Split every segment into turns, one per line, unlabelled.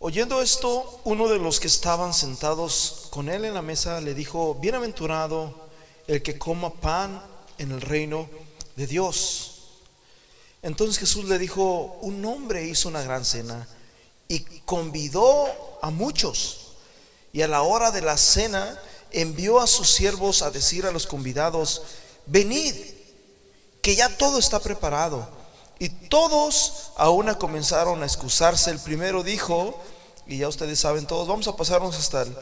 Oyendo esto, uno de los que estaban sentados con él en la mesa le dijo, bienaventurado el que coma pan en el reino de Dios. Entonces Jesús le dijo, un hombre hizo una gran cena y convidó a muchos. Y a la hora de la cena envió a sus siervos a decir a los convidados, venid, que ya todo está preparado. Y todos aún comenzaron a excusarse. El primero dijo, y ya ustedes saben todos, vamos a pasarnos hasta el,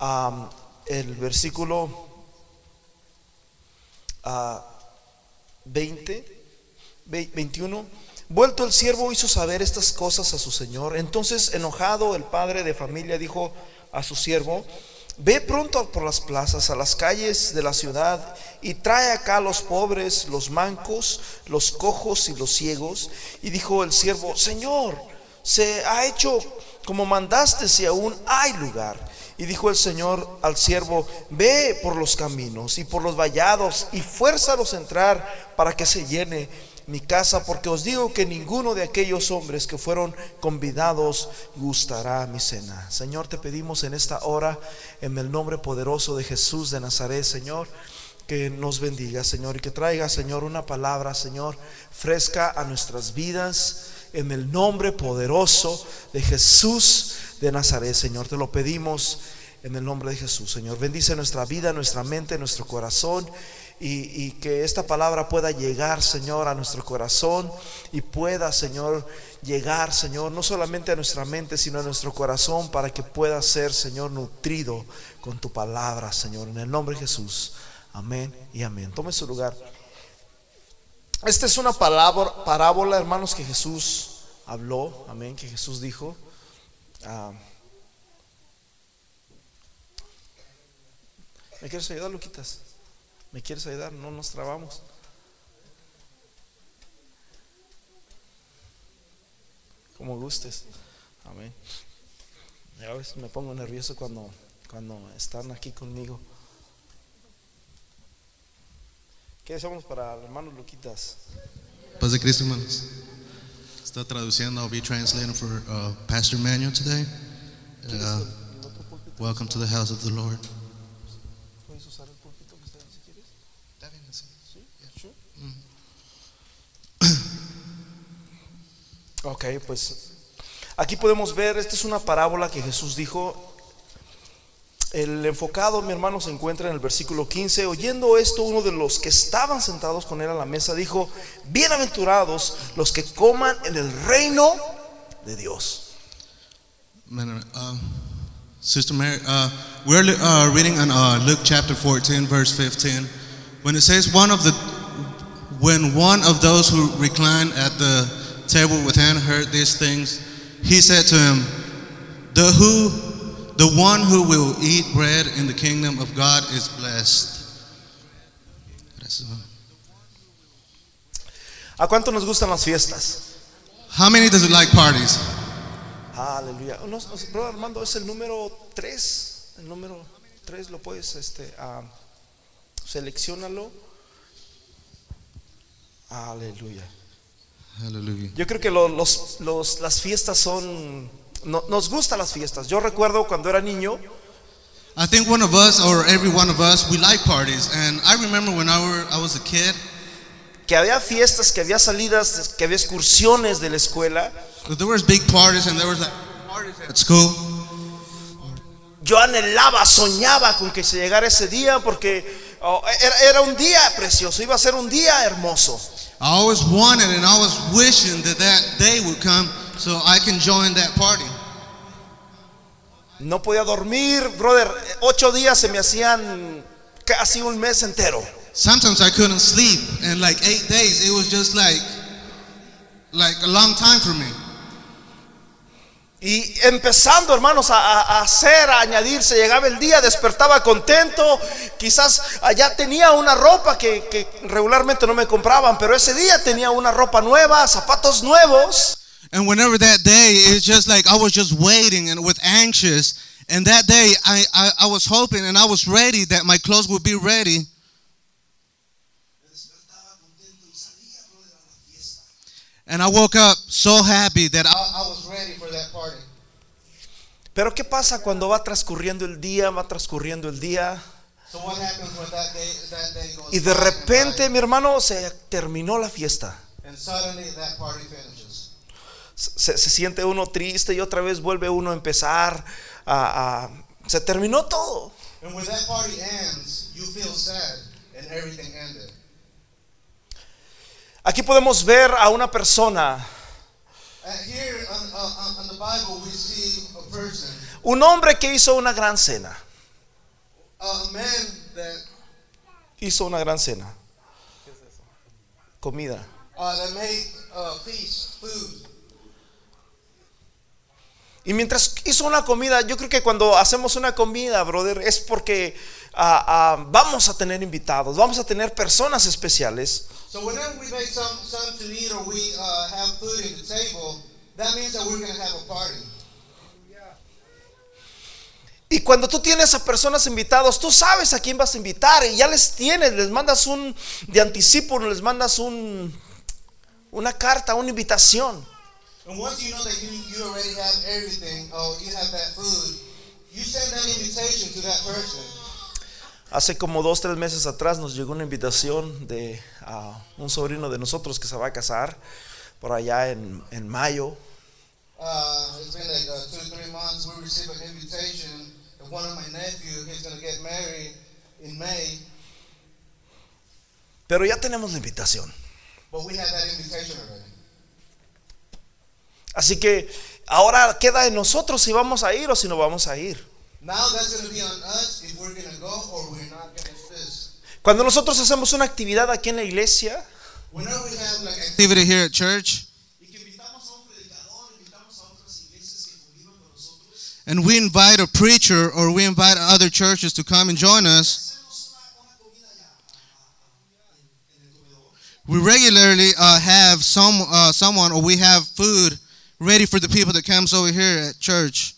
um, el versículo uh, 20, 21. Vuelto el siervo hizo saber estas cosas a su señor. Entonces, enojado, el padre de familia dijo a su siervo, Ve pronto por las plazas, a las calles de la ciudad, y trae acá a los pobres, los mancos, los cojos y los ciegos. Y dijo el siervo, Señor, se ha hecho como mandaste si aún hay lugar. Y dijo el Señor al siervo, ve por los caminos y por los vallados y fuérzalos a entrar para que se llene mi casa, porque os digo que ninguno de aquellos hombres que fueron convidados gustará mi cena. Señor, te pedimos en esta hora, en el nombre poderoso de Jesús de Nazaret, Señor, que nos bendiga, Señor, y que traiga, Señor, una palabra, Señor, fresca a nuestras vidas, en el nombre poderoso de Jesús de Nazaret, Señor. Te lo pedimos en el nombre de Jesús, Señor. Bendice nuestra vida, nuestra mente, nuestro corazón. Y, y, que esta palabra pueda llegar, Señor, a nuestro corazón y pueda, Señor, llegar, Señor, no solamente a nuestra mente, sino a nuestro corazón para que pueda ser, Señor, nutrido con tu palabra, Señor, en el nombre de Jesús. Amén y amén. Tome su lugar. Esta es una palabra, parábola, hermanos, que Jesús habló, amén, que Jesús dijo. Ah, ¿Me quieres ayudar, Luquitas? ¿Me quieres ayudar? No nos trabamos. Como gustes. Amén. A veces me pongo nervioso cuando, cuando están aquí conmigo. ¿Qué deseamos para el hermano Luquitas?
Paz de Cristo, hermanos. Está traduciendo. I'll be translating for uh, Pastor Manuel today. Uh, welcome to the house of the Lord.
Ok, pues aquí podemos ver, esta es una parábola que Jesús dijo. El enfocado, mi hermano, se encuentra en el versículo 15. Oyendo esto, uno de los que estaban sentados con él a la mesa dijo, bienaventurados los que coman en el reino de Dios.
Man, uh, Sister Mary, uh, we're uh, reading in Luke chapter 14, verse 15. When it says one of the, when one of those who reclined at the table with him heard these things, he said to him, "The who, the one who will eat bread in the kingdom of God is blessed."
¿A cuánto nos gustan las fiestas?
How many does it like parties?
Aleluya. Nos, nos, brother Armando es el número 3. El número 3 lo puedes este uh, seleccionalo. Aleluya.
Hallelujah.
Yo creo que los, los, los, las fiestas son. No, nos gustan las fiestas. Yo recuerdo cuando era niño.
I think one of us, or every one of us, we like parties. And I remember when I, were, I was a kid,
Que había fiestas, que había salidas, que había excursiones de la escuela.
that there was big parties, and there was like parties at school.
Yo anhelaba, soñaba con que se llegara ese día porque oh, era, era un día precioso, iba a ser un día hermoso.
I always wanted and always wishing that that day would come so I can join that party.
No podía dormir, brother. Ocho días se me hacían casi un mes entero.
Sometimes I couldn't sleep, and like eight days, it was just like like a long time for me.
Y empezando, hermanos, a, a hacer, a añadirse, llegaba el día, despertaba contento, quizás allá tenía una ropa que, que regularmente no me compraban, pero ese día tenía una ropa nueva, zapatos nuevos.
And whenever that day, it's just like I was just waiting and with anxious. And that day, I, I, I was hoping and I was ready that my clothes would be ready. And I woke up so happy that I, I was ready for that party.
Pero ¿qué pasa cuando va transcurriendo el día, va transcurriendo el día?
So what happens when that day, that day goes
Y de
by and by,
repente, mi hermano, se terminó la fiesta.
and suddenly that party finishes.
Se, se siente uno triste y otra vez vuelve uno a empezar. a- a- se terminó todo.
And when that party ends, you feel sad and everything ended.
Aquí podemos ver a una persona,
And Uh, here on, on, on the Bible, we see a person,
un hombre que hizo una gran cena.
a man that
Hizo una gran cena. Comida.
uh, that made uh, feast food.
Y mientras hizo una comida, yo creo que cuando hacemos una comida, brother, es porque ah, ah, vamos a tener invitados, vamos a tener personas especiales.
So whenever we make some something to eat or we uh, have food at the table, that means that we're gonna have a party.
Y cuando tú tienes a personas invitados, tú sabes a quién vas a invitar y ya les tienes, les mandas un de anticipo, les mandas un una carta, una invitación.
And once you know that you, you already have everything, oh, you have that food, you send that invitation to that person.
Hace como dos, tres meses atrás nos llegó una invitación de ah, un sobrino de nosotros que se va a casar por allá en, en mayo.
Uh, it's been like uh, two or three months. We received an invitation that one of my nephew he's gonna get married in May,
Pero ya tenemos la invitación.
but we have that invitation already.
Así que ahora queda en nosotros si vamos a ir o si no vamos a ir.
Now that's gonna be on us if we're gonna go or we're not gonna assist.
Cuando nosotros hacemos una actividad aquí en la iglesia,
Whenever we have like
Activity here at church.
Y que invitamos a un predicador, invitamos a otras iglesias que convivan con nosotros.
and we invite a preacher or we invite other churches to come and join us,
Hacemos una, una comida allá a- a- en, en el comedor.
we regularly uh, have some uh, someone or we have food ready for the people that comes over here at church.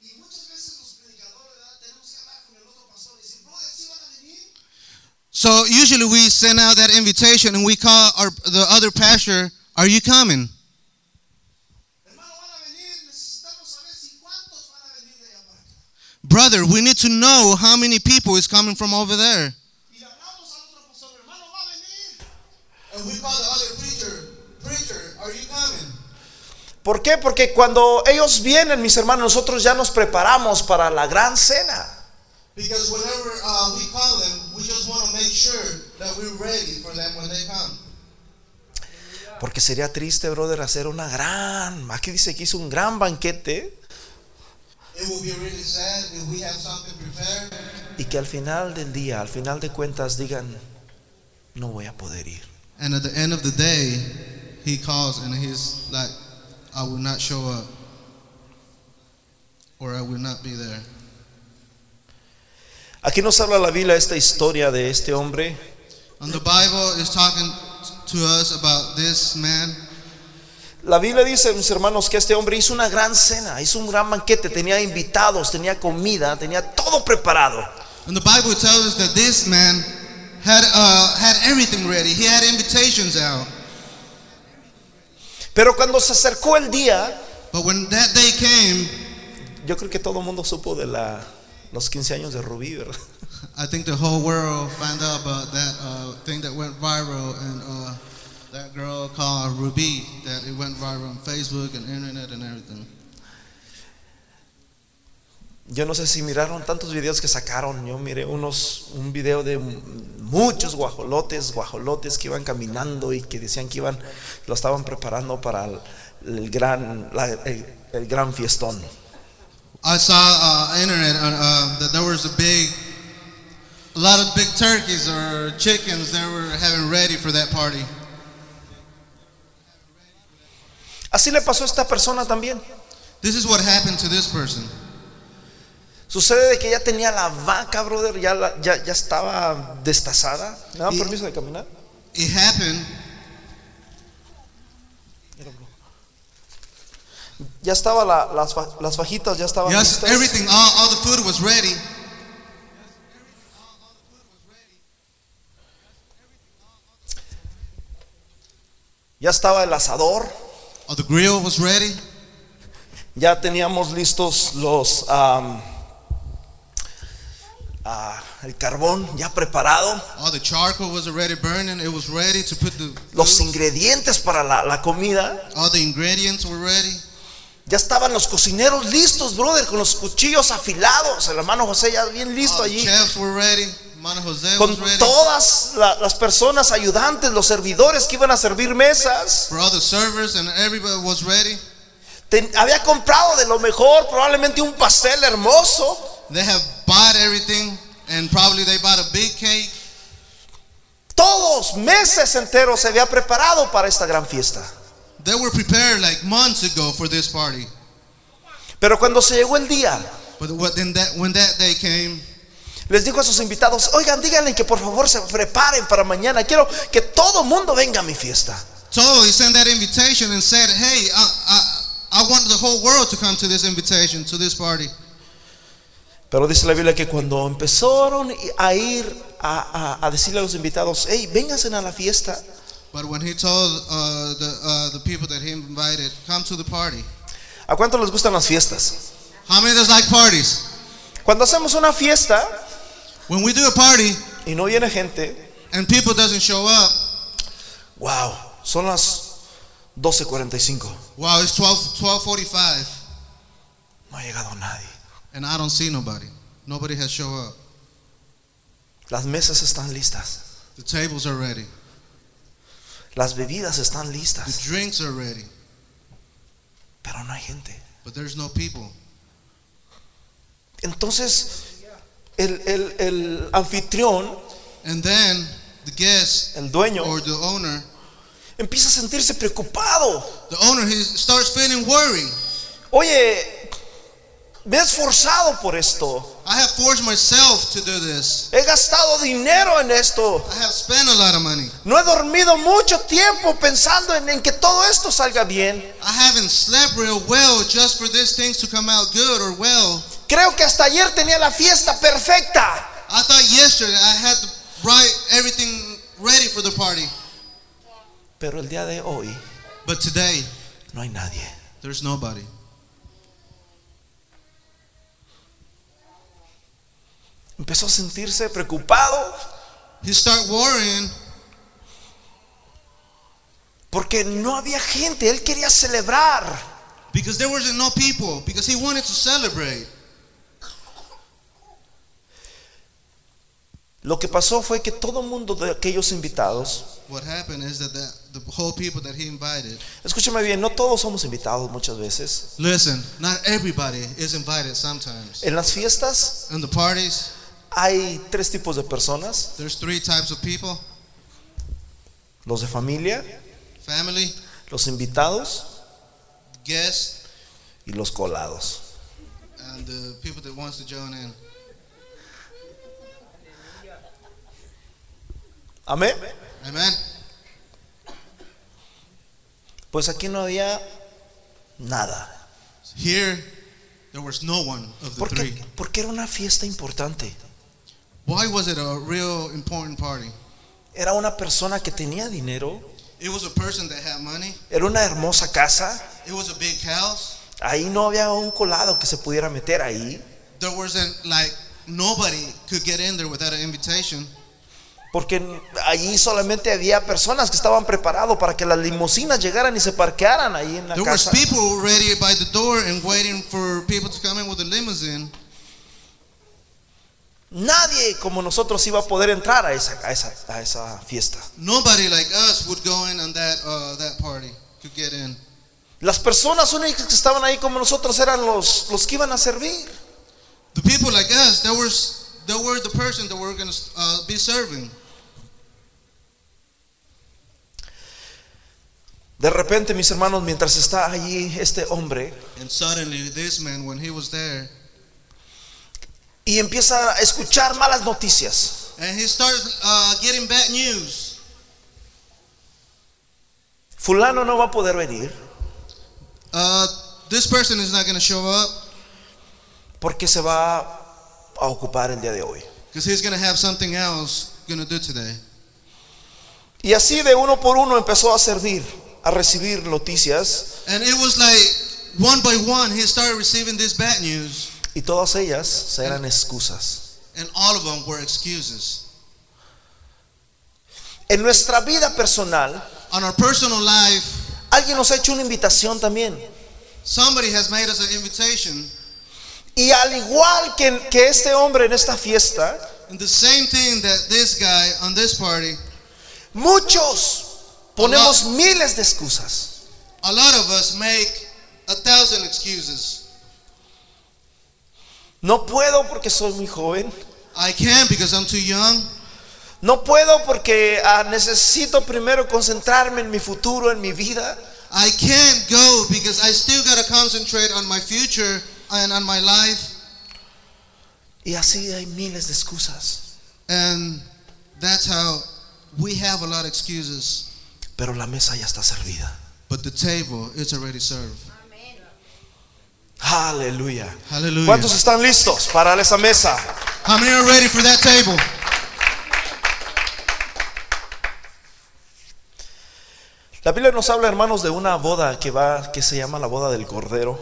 Y muchas veces los predicadores ¿verdad? tenemos que hablar con el otro pastor y decir, brother, ¿sí van a venir?
So usually we send out that invitation and we call our, the other pastor, "Are you coming?"
Hermano, van a venir. Necesitamos saber si cuántos van a venir de allá para acá.
Brother, we need to know how many people is coming from over there.
Y le hablamos al otro pastor, hermano, va a venir. And we call the other preacher, preacher, are you coming?
¿por qué? Porque cuando ellos vienen, mis hermanos, nosotros ya nos preparamos para la gran cena.
Because whenever uh, we call them, we just want to make sure that we're ready for them when they come.
Porque sería triste, brother, hacer una gran, aquí dice que hizo un gran banquete
It will be really sad if we have something prepared
y que al final del día, al final de cuentas, digan, no voy a poder ir.
And at the end of the day, he calls and he's like, "I will not show up." Or I will not be there.
Aquí nos habla la Biblia esta historia de este hombre
And the Bible is talking to us about this man.
La Biblia dice, mis hermanos, que este hombre hizo una gran cena, hizo un gran banquete, tenía invitados, tenía comida, tenía todo preparado.
And the Bible tells us that this man had uh, had everything ready. He had invitations out.
Pero cuando se acercó el día,
But when that day came,
yo creo que todo el mundo supo de la, los 15 años de Rubí, ¿verdad?
I think the whole world found out about that uh, thing that went viral and uh, that girl called Ruby that it went viral on Facebook and internet and everything.
Yo no sé si miraron tantos videos que sacaron. Yo miré unos, un video de muchos guajolotes, guajolotes que iban caminando y que decían que iban, lo estaban preparando para el, el gran, la- el- el gran fiestón.
I saw uh, internet uh, uh, that there was a big, a lot of big turkeys or chickens that were having ready for that party.
Así le pasó a esta persona también.
This is what happened to this person.
Sucede de que ya tenía la vaca, brother, ya, la- ya, ya estaba destazada. ¿Me dan
Y-
permiso de caminar?
It happened.
Ya estaba la- las, fa- las fajitas, ya estaban
Yes,
listas.
everything. All, all the food was ready.
Ya estaba el asador,
All the grill was ready.
ya teníamos listos los am, ah, el carbón ya preparado,
All the charcoal was already burning. It was ready to put the
los ingredientes para la, la comida,
all the ingredients were ready.
ya estaban los cocineros listos, brother, con los cuchillos afilados, el hermano José ya bien listo
All the
allí,
chefs were ready. Mano Jose
con
was ready.
todas la- las personas ayudantes, los servidores que iban a servir mesas,
For all the servers and everybody was ready.
Ten- había comprado de lo mejor, probablemente un pastel hermoso.
They have bought everything, and probably they bought a big cake.
Todos meses enteros se había preparado para esta gran fiesta.
They were prepared like months ago for this party.
Pero cuando se llegó el día,
But what, then that, when that day came,
les dijo a sus invitados, oigan, díganle que por favor se preparen para mañana. Quiero que todo mundo venga a mi fiesta.
So he sent that invitation and said, "Hey, I, I, I want the whole world to come to this invitation, to this party."
Pero dice la Biblia que cuando empezaron a ir a, a- a decirle a los invitados, hey, vénganse a la fiesta,
But when he told uh, the uh, the people that he invited, "Come to the party,"
¿a cuánto les gustan las fiestas?
how many of us like parties?
Cuando hacemos una fiesta
When we do a party
y no viene gente,
and people doesn't show up,
wow, son las 12.45,
wow, it's 12, 12:45,
no ha llegado nadie.
and I don't see nobody. Nobody has show up.
Las mesas están listas.
The tables are ready.
Las bebidas están
The
listas,
drinks are ready,
pero no hay gente.
but there's no people.
Entonces, el, el- el anfitrión,
And then the guest
el dueño,
or the owner,
empieza a sentirse preocupado.
the owner he starts feeling worried.
Oye, me he esforzado por esto.
I have forced myself to do this.
He gastado dinero en esto.
I have spent a lot of money.
No he dormido mucho tiempo pensando en, en que todo esto salga bien.
I haven't slept real well just for these things to come out good or well.
Creo que hasta ayer tenía la fiesta perfecta.
I thought yesterday I had to write everything ready for the party.
Pero el día de hoy
But today,
no hay nadie.
there's nobody.
Empezó a sentirse preocupado
He start worrying
porque no había gente. Él quería celebrar.
because there wasn't no people, because he wanted to celebrate.
Lo que pasó fue que todo el mundo de aquellos invitados,
What happened is that the, the whole people that he invited.
escúchame bien, no todos somos invitados muchas veces.
Listen, not everybody is invited sometimes.
En las fiestas
In the parties,
hay tres tipos de personas,
there's three types of people
los de familia,
family,
los invitados
guests,
y los colados.
and the people that wants to join in.
Amén.
Amen.
Pues aquí no había nada,
Here, there was no one of the
porque,
three.
porque era una fiesta importante.
Why was it a real important party?
Era una persona que tenía dinero,
It was a person that had money.
era una hermosa casa,
It was a big house.
ahí no había un colado que se pudiera meter ahí,
There wasn't like nobody could get in there without an invitation
Porque allí solamente había personas que estaban preparados para que las limusinas llegaran y se parquearan ahí en la
there was
casa.
people ready by the door and waiting for people to come in with a limousine
Nadie como nosotros iba a poder entrar a esa, a esa, a esa fiesta.
nobody like us would go in on that uh, that party could get in
Las personas únicas que estaban ahí como nosotros eran los, los que iban a servir.
the people like us there was there were the person that we're gonna uh, be serving
De repente, mis hermanos, mientras está allí este hombre
And suddenly, this man, when he was there,
y empieza a escuchar malas noticias,
and he starts uh, getting bad news.
fulano no va a poder venir
Uh, this person is not going to show up
porque se va a ocupar el día de hoy.
because he's going to have something else going to do today.
Y así de uno por uno empezó a servir, a recibir noticias
And it was like one by one, he started receiving this bad news,
Y todas ellas eran excusas.
and all of them were excuses.
En nuestra vida personal,
On our personal life,
alguien nos ha hecho una invitación también.
somebody has made us an invitation,
Y al igual que, que este hombre en esta fiesta,
and the same thing that this guy on this party,
muchos ponemos miles de excusas.
a lot of us make a thousand excuses.
No puedo porque soy muy joven.
I can't because I'm too young.
No puedo porque ah, necesito primero concentrarme en mi futuro, en mi vida.
I can't go because I still gotta concentrate on my future and on my life.
Y así hay miles de excusas.
And that's how we have a lot of excuses.
Pero la mesa ya está servida.
But the table is already served.
Aleluya.
Hallelujah.
¿Cuántos están listos para esa mesa?
How many are ready for that table?
La Biblia nos habla, hermanos, de una boda que va, que se llama la boda del Cordero.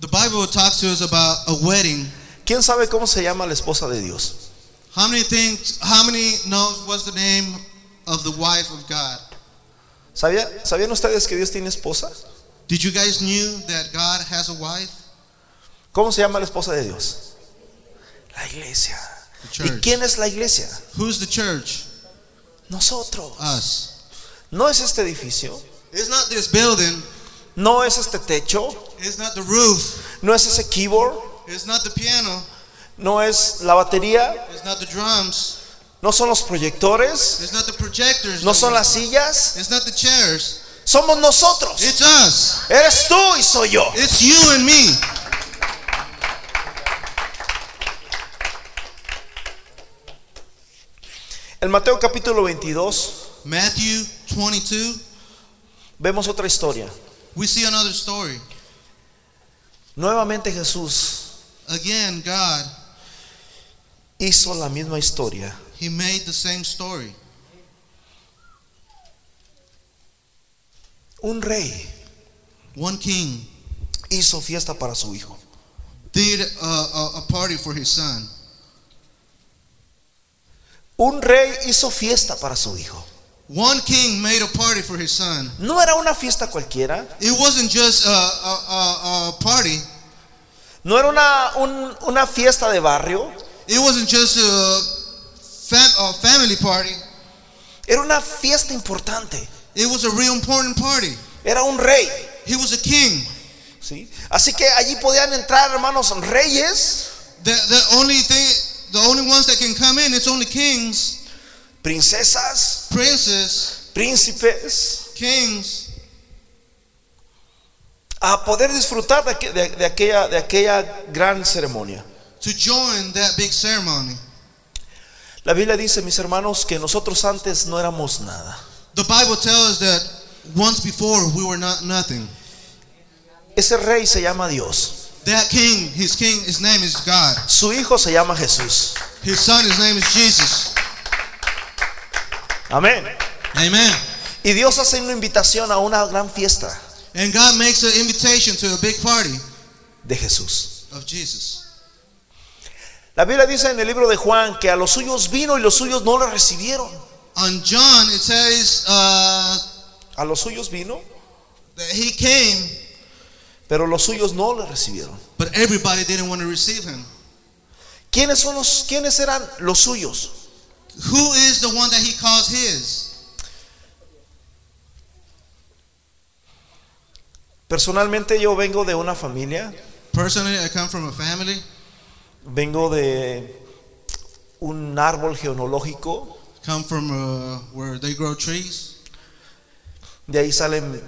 The Bible talks to us about a wedding.
¿Quién sabe cómo se llama la esposa de Dios?
How many things how many knows what's the name of the wife of God?
¿Sabía- ¿Sabían ustedes que Dios tiene esposa?
Did you guys knew that God has a wife?
¿Cómo se llama la esposa de Dios? La iglesia.
The
¿Y
church.
quién es la iglesia?
Who's the church?
Nosotros.
Ah.
Us.
No es este edificio,
It's not this building.
no es este techo,
It's not the roof.
no es ese keyboard,
It's not the piano.
no es la batería,
It's not the drums.
no son los proyectores,
It's not the projectors.
no son las sillas,
It's not the chairs.
somos nosotros.
It's us.
Eres tú y soy yo.
It's you and me.
En Mateo capítulo 22
Matthew 22,
vemos otra historia.
we see another story.
Nuevamente Jesús
Again, God,
hizo la misma historia,
He made the same story.
un rey
One king
hizo fiesta para su hijo.
did a, a, a party for his son.
Un rey hizo fiesta para su hijo.
One king made a party for his son.
No era una fiesta cualquiera,
It wasn't just a, a, a, a party,
no era una, un- una fiesta de barrio,
it wasn't just a, fam- a family party,
era una fiesta importante,
it was a real important party.
era un rey.
He was a king.
¿sí? Así que allí podían entrar, hermanos, reyes,
The, the only thing, the only ones that can come in, it's only kings,
princesas,
princes,
príncipes,
kings,
a poder disfrutar de, aqu- de- de aquella, de aquella gran ceremonia.
to join that big ceremony.
La Biblia dice, mis hermanos, que nosotros antes no éramos nada.
The Bible tells us that once before we were not nothing.
Ese rey se llama Dios.
That king, his king, his name is God.
Su hijo se llama Jesús.
His son, his name is Jesus.
Amén.
Amen.
Y Dios hace una invitación a una gran fiesta
And God makes an invitation to a big party
de Jesús.
of Jesus.
La Biblia dice en el libro de Juan que a los suyos vino y los suyos no le recibieron.
On John, it says uh,
A los suyos vino,
that he came,
pero los suyos no le recibieron.
but everybody didn't want to receive him.
¿Quiénes son los quiénes eran los suyos?
Who is the one that he calls his?
Personalmente yo vengo de una familia,
Personally, I come from a family.
vengo de un árbol genealógico,
Come from uh, where they grow trees.
de ahí salen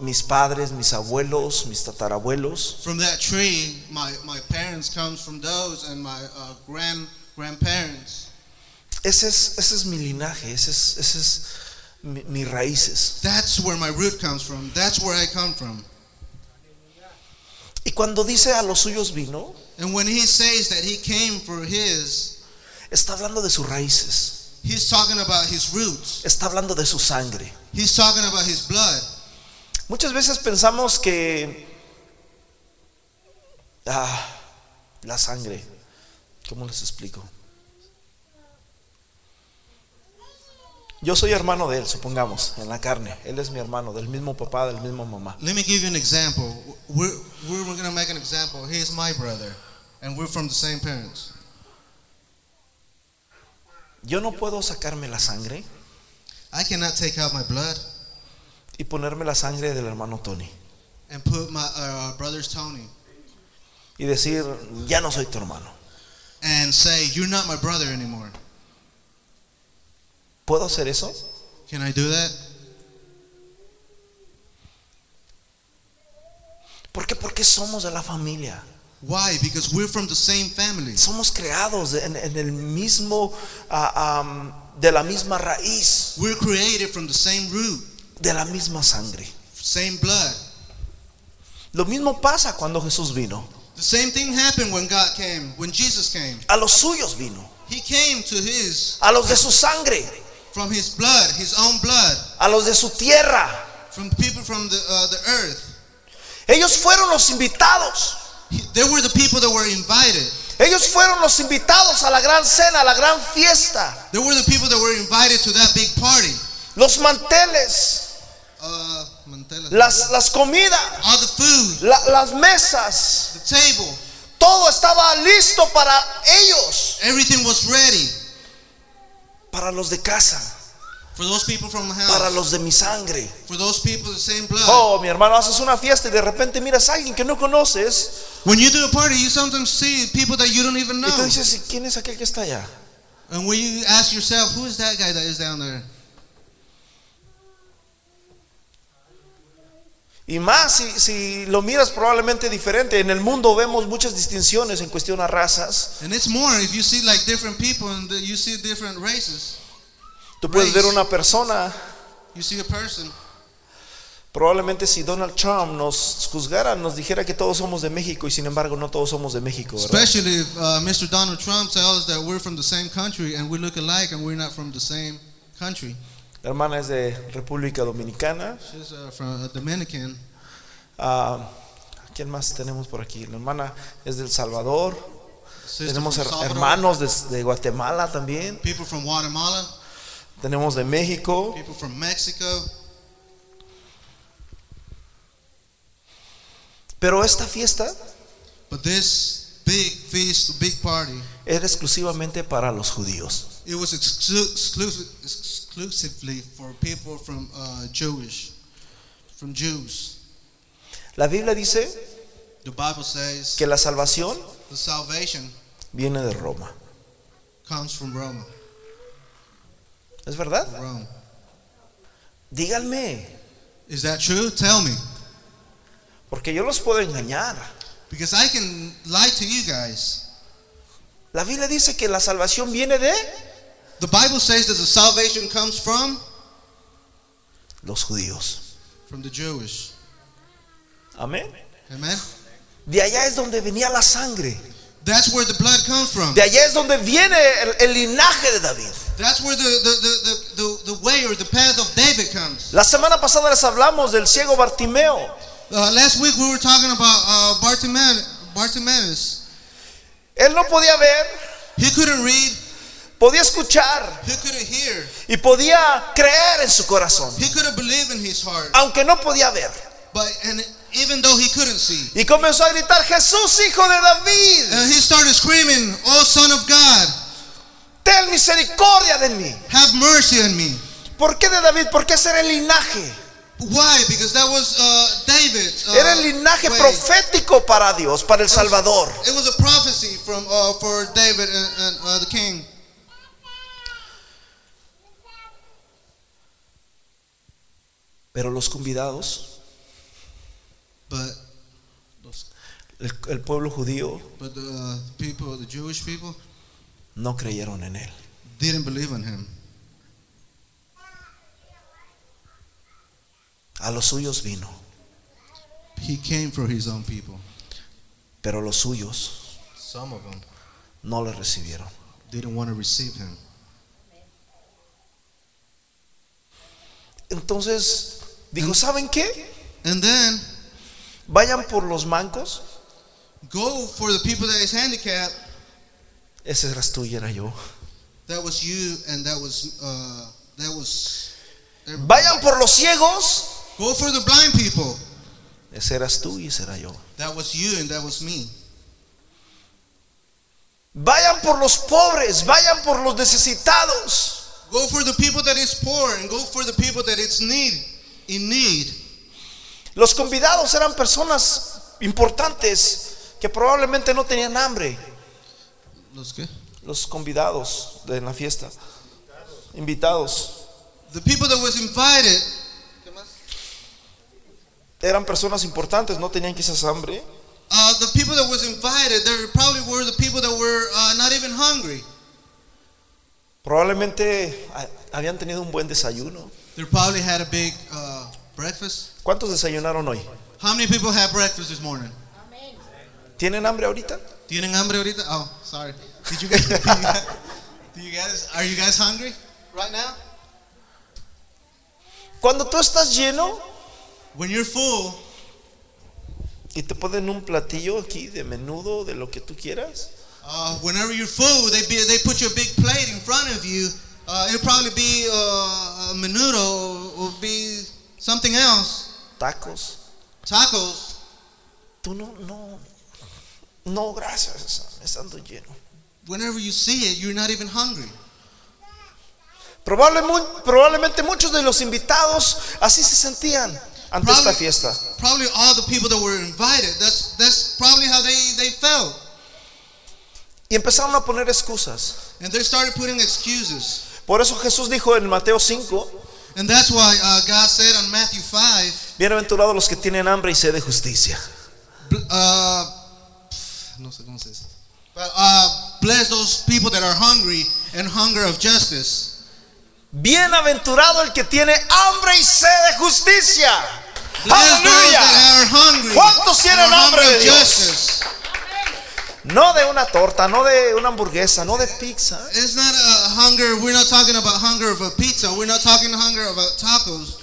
mis padres, mis abuelos, mis tatarabuelos.
From that tree, my, my parents comes from those, and my uh, grand grandparents.
Ese es, ese es mi linaje, ese es, ese es mi- mis raíces.
That's where my root comes from. That's where I come from.
Y cuando dice a los suyos vino,
And when he says that he came for his,
está hablando de sus raíces,
he's talking about his roots.
está hablando de su sangre.
He's talking about his blood.
Muchas veces pensamos que Ah, la sangre. ¿Cómo les explico? Yo soy hermano de él, supongamos, en la carne. Él es mi hermano, del mismo papá, del mismo mamá.
Let me give you an example. We're, we're going to make an example. He is my brother, and we're from the same parents.
Yo no puedo sacarme la sangre
I cannot take out my blood
y ponerme la sangre del hermano Tony
and put my uh, brother's Tony
y decir, ya no soy tu hermano.
and say, You're not my brother anymore.
¿Puedo hacer eso?
Can I do that?
¿Por qué? Porque somos de la familia.
Why? Because we're from the same family.
Somos creados en, en el mismo, ah, am, de la misma raíz,
We're created from the same root,
de la misma sangre.
same blood.
Lo mismo pasa cuando Jesús vino.
The same thing happened when God came, when Jesus came.
A los suyos vino.
He came to his,
A los de su sangre.
from his blood, his own blood,
A los de su tierra.
from people from the, uh, the earth.
Ellos fueron los invitados.
He, they were the people that were invited.
Ellos fueron los invitados a la gran cena, a la gran fiesta.
They were the people that were invited to that big party.
Los manteles,
Uh, Mantela.
las, las comidas,
All the food,
la- las mesas.
the table,
Todo estaba listo para ellos.
everything was ready
Para los de casa,
for those people from the
para
house,
los de mi sangre.
for those people the same blood.
Oh, mi hermano, haces una fiesta y de repente miras a alguien que no conoces
When you do a party, you sometimes see people that you don't even
y tú
know.
dices, "¿Y ¿quién es aquel que está allá?
And when you ask yourself, who is that guy that is down there?
Y más si, si lo miras probablemente diferente. En el mundo vemos muchas distinciones en cuestión a razas.
And it's more if you see like different people and that you see different races.
Tú puedes ver una persona
You see a person.
Probablemente si Donald Trump nos juzgara, nos dijera que todos somos de México y sin embargo no todos somos de México. ¿verdad?
Especially if uh, Mr. Donald Trump tells us that we're from the same country and we look alike and we're not from the same country.
La hermana es de República Dominicana.
She's uh, from a Dominican.
Ah, ¿Quién más tenemos por aquí? La hermana es del Salvador.
Sister
Tenemos
from
her-
Salvador.
hermanos de, de Guatemala también.
People from Guatemala.
Tenemos de México.
People from Mexico.
Pero esta fiesta
But this big feast, big party,
era exclusivamente para los judíos.
it was exclu- exclusive, exclusively for people from uh, Jewish, from Jews.
La Biblia dice
The Bible says
que la salvación
the salvation
viene de Roma.
comes from Rome.
¿Es verdad?
Rome.
Díganme,
Is that true? Tell me,
porque yo los puedo engañar.
because I can lie to you guys.
La Biblia dice que la salvación viene de
The Bible says that the salvation comes from
los judíos.
from the Jewish.
Amén.
Amen.
De allá es donde venía la sangre.
That's where the blood comes from.
De allá es donde viene el, el linaje de David.
That's where the the, the, the, the, the way or the path of David comes.
La semana pasada les hablamos del ciego Bartimeo.
Uh, last week we were talking about uh, Bartimaeus. Bartimaeus.
Él no podía ver,
He couldn't read.
podía escuchar
He couldn't hear.
y podía creer en su corazón,
He couldn't believe in his heart.
aunque no podía ver.
But and even though he couldn't see,
Y comenzó a gritar, Jesús, hijo de David,
and he started screaming, "Oh Son of God,
ten misericordia de mí.
have mercy on me!"
¿Por qué de David? ¿Por qué será el linaje?
Why? Because that was uh, David's. Uh,
Era el linaje
way.
profético para Dios, para el Salvador.
It was a prophecy from uh, for David and, and uh, the king.
Pero los convidados,
But
el, el pueblo judío,
but the uh, people, the Jewish people,
no creyeron en él.
didn't believe in him.
A los suyos vino,
He came for his own people.
pero los suyos
Some of them
no le recibieron.
didn't want to receive him.
Entonces dijo, ¿saben qué?
And then
Vayan por los mancos,
Go for the people that is handicapped.
Ese eras tú y era yo.
That was you, and that was uh, that was.
Vayan por los ciegos.
Go for the blind people.
Ese eras tú y ese era yo.
That was you, and that was me.
Vayan por los pobres, vayan por los necesitados.
Go for the people that is poor, and go for the people that is need in need.
Los convidados eran personas importantes que probablemente no tenían hambre.
Los qué?
Los convidados de la fiesta, invitados,
The people that was invited
eran personas importantes, no tenían quizás hambre.
Uh, the people that was invited, there probably were the people that were uh, not even hungry.
Probablemente ha- habían tenido un buen desayuno.
They probably had a big uh, breakfast.
¿Cuántos desayunaron hoy?
How many people had breakfast this morning?
¿Tienen hambre ahorita?
Tienen hambre ahorita? Oh, sorry. Did you guys? do, you guys do you guys? Are you guys hungry right now?
Cuando tú estás lleno
When you're full
y te ponen un platillo aquí de menudo, de lo que tú quieras,
Uh, whenever you're full, they be, they put you a big plate in front of you. Uh, it'll probably be uh, a menudo or be something else,
tacos,
tacos.
tú no, no, no, gracias, estando lleno.
Whenever you see it, you're not even hungry.
Probablemente, probablemente muchos de los invitados así se sentían ante esta
Probably-
fiesta.
Probably all the people that were invited. That's that's probably how they they felt,
Y empezaron a poner excusas.
and they started putting excuses.
Por eso Jesús dijo en Mateo 5,
And that's why uh, God said on Matthew five,
bienaventurados los que tienen hambre y sed de justicia.
bl- uh, no sé cómo se dice. But, uh, bless those people that are hungry and hunger of justice.
Bienaventurado el que tiene hambre y sed de justicia.
Bless those
Aleluya.
that are hungry.
¿Cuántos tienen
and are
hambre
hungry
de
of
Dios?
justice.
No de una torta, no de una hamburguesa, no de pizza.
It's not a hunger. We're not talking about hunger of a pizza. We're not talking hunger of a tacos.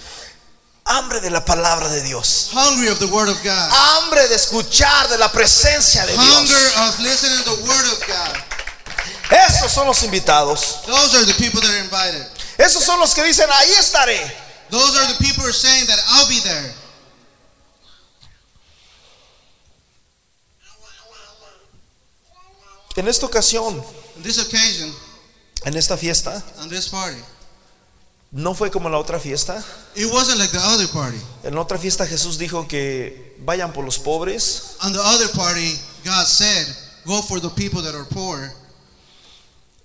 Hambre de la palabra de Dios.
Hungry of the word of God.
Hambre de escuchar de la presencia de
Hunger
Dios.
of listening to the word of God.
Esos son los invitados.
Those are the people that are invited.
Esos son los que dicen, ahí estaré.
Those are the people who are saying that I'll be there.
En esta ocasión,
On this occasion,
en esta fiesta,
on this party,
no fue como la otra fiesta.
it wasn't like the other party.
En la otra fiesta Jesús dijo que vayan por los pobres.
On the other party, God said, "Go for the people that are poor.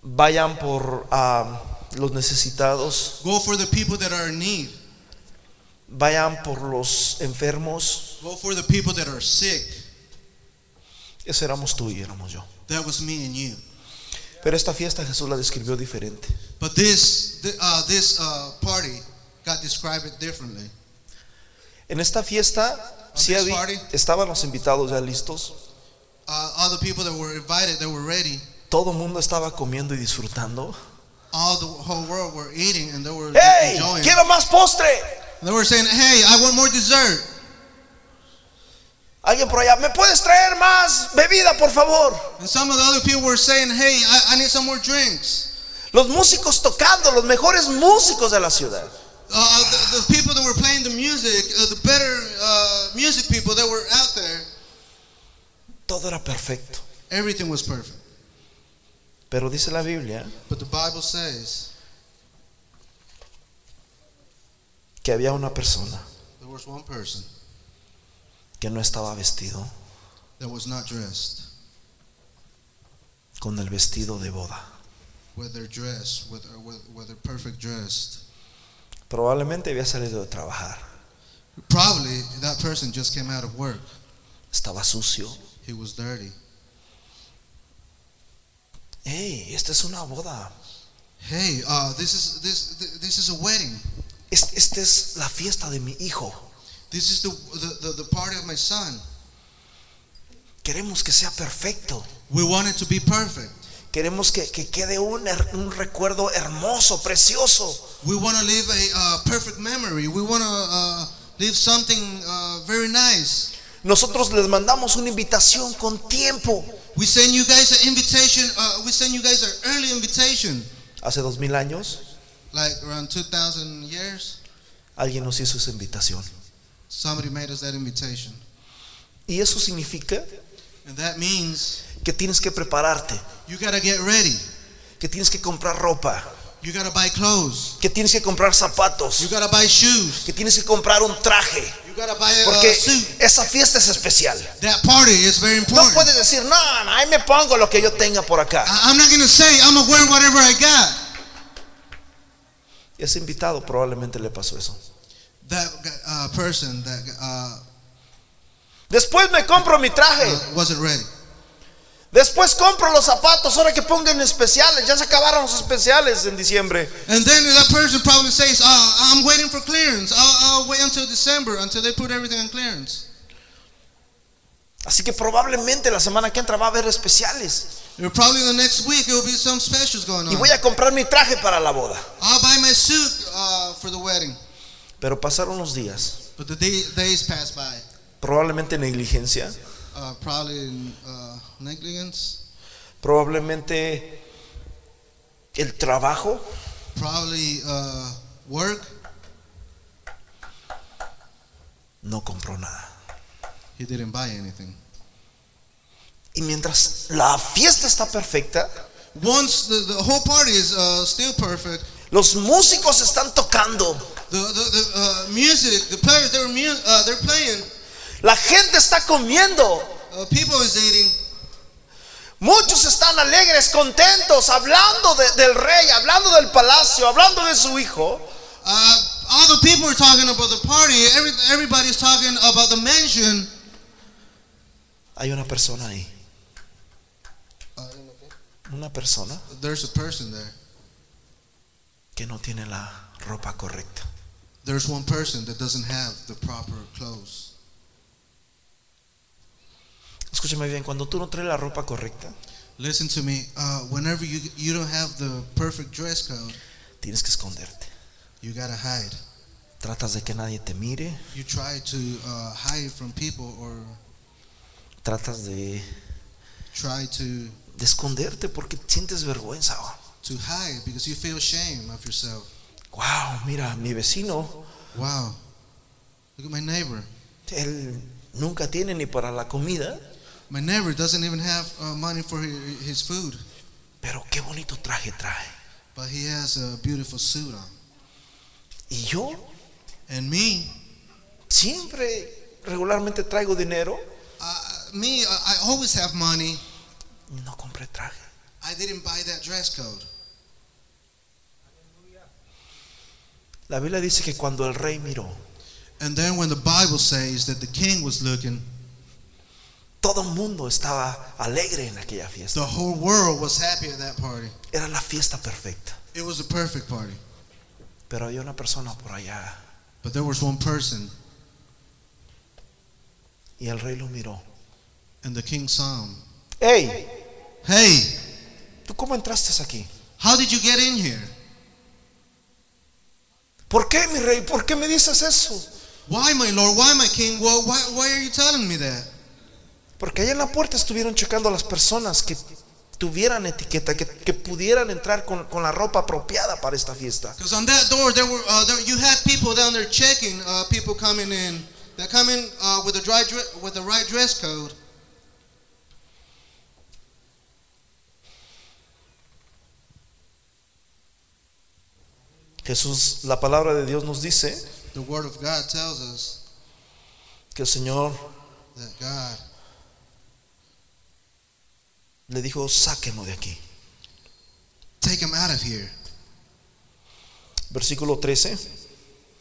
vayan por ah, los necesitados,
Go for the people that are in need.
vayan por los enfermos.
Go for the people that are sick."
Ese éramos tú y éramos yo.
That was me and you.
Pero esta fiesta Jesús la describió diferente.
But this th- uh, this uh, party got described it differently.
En esta fiesta sí
this
había-
party?
estaban los invitados ya listos,
Uh, all the people that were invited, that were ready,
todo el mundo estaba comiendo y disfrutando.
all the whole world were eating and they were
¡Hey!
enjoying.
¡Quiero más postre!
They were saying, "Hey, I want more dessert."
Alguien por allá, ¿me puedes traer más bebida, por favor?
And some of the other people were saying, "Hey, I, I need some more drinks."
Los músicos tocando, los mejores músicos de la ciudad.
Uh, the, the people that were playing the music, uh, the better uh, music people that were out there,
Todo era perfecto.
everything was perfect.
Pero dice la Biblia
But the Bible says
que había una persona
there was one person
que no estaba vestido
that was not dressed
con el vestido de boda.
with their dress, with, with, with their perfect dressed.
Probablemente había salido de trabajar.
Probably that person just came out of work.
Estaba sucio.
He was dirty.
¡Ey! Esta es una boda.
Hey, uh, this is this this is a wedding.
Es- Esta es la fiesta de mi hijo.
This is the the, the, the party of my son.
Queremos que sea perfecto.
We want it to be perfect.
Queremos que, que quede un, her- un recuerdo hermoso, precioso.
We want to leave a uh, perfect memory. We want to uh, leave something uh, very nice.
Nosotros les mandamos una invitación con tiempo.
We send you guys an invitation. Uh, we send you guys an early invitation,
Hace dos mil años
like around 2,000 years.
alguien nos hizo esa invitación.
Somebody made us that invitation,
Y eso significa
and that means
que tienes que prepararte,
you gotta get ready.
que tienes que comprar ropa,
You gotta buy clothes.
que tienes que comprar
You
zapatos,
gotta buy shoes.
que tienes que comprar un traje,
You gotta buy a, uh,
porque
suit.
esa fiesta es especial.
That party is very
No
important.
puedes decir, no, no, ahí me pongo lo que yo tenga por acá.
I- I'm not gonna say I'm gonna wear whatever I got.
Ese invitado probablemente le pasó eso.
That uh, person that uh,
Después me compro mi traje.
uh, wasn't ready.
Después compro los zapatos. Ahora que pongan especiales. Ya se acabaron los especiales en diciembre.
And then that person probably says, oh, I'm waiting for clearance. I'll, I'll wait until December until they put everything on clearance.
Así que probablemente la semana que entra va a haber especiales.
Or probably the next week it will be some specials going on.
Y voy a comprar mi traje para la boda.
I'll buy my suit uh, for the wedding.
Pero pasaron los días.
But the day, days pass by.
Probablemente negligencia.
Uh, probably in uh, negligence.
Probablemente el trabajo.
Probably uh, work.
No compró nada.
He didn't buy anything.
Y mientras la fiesta está perfecta,
Once the, the whole party is uh, still perfect,
los músicos están tocando.
the, the, the uh, music, the players, they're, mu- uh, they're playing.
La gente está comiendo.
Uh, people is eating.
Muchos están alegres, contentos, hablando de- del rey, hablando del palacio, hablando de su hijo.
Uh, all the people are talking about the party. Every, everybody's talking about the mansion.
Hay una persona ahí, una persona
There's a person there.
que no tiene la ropa correcta.
There's one person that doesn't have the proper clothes.
Escúchame bien, cuando tú no traes la ropa correcta,
Listen to me. Uh, whenever you you don't have the perfect dress code,
tienes que esconderte.
you gotta hide.
Tratas de que nadie te mire,
You try to uh, hide from people or
tratas de,
try to
de esconderte porque sientes vergüenza.
to hide because you feel shame of yourself.
Wow, mira, mi vecino,
Wow, look at my neighbor.
él nunca tiene ni para la comida,
My neighbor doesn't even have uh, money for his, his food,
pero qué bonito traje trae.
but he has a beautiful suit on.
Y yo
And me,
siempre regularmente traigo dinero
uh, me, I, I always have money.
no compré traje
I didn't buy that dress code.
la Biblia dice que cuando el rey miró
And then when the Bible says that the king was looking,
todo el mundo estaba alegre en aquella fiesta
the whole world was happy at that party.
era la fiesta perfecta
It was a perfect party.
pero había una persona por allá
But there was one person,
y el rey lo miró
and the king saw him.
hey
Hey,
tú cómo entraste aquí
how did you get in here?
¿por qué mi rey? ¿por qué me dices eso?
Why, my lord? Why, my king? Well, why, why are you telling me that?
porque allá en la puerta estuvieron checando a las personas que tuvieran etiqueta que, que pudieran entrar con, con la ropa apropiada para esta fiesta
Because on that door, there were uh, there, you had people down there checking uh, people coming in. They're coming uh, with the dry dre- with the right dress code.
Jesús la palabra de Dios nos dice
The word of God tells us
que el Señor
that God
le dijo, sáquenlo de aquí.
take him out of here.
Versículo 13,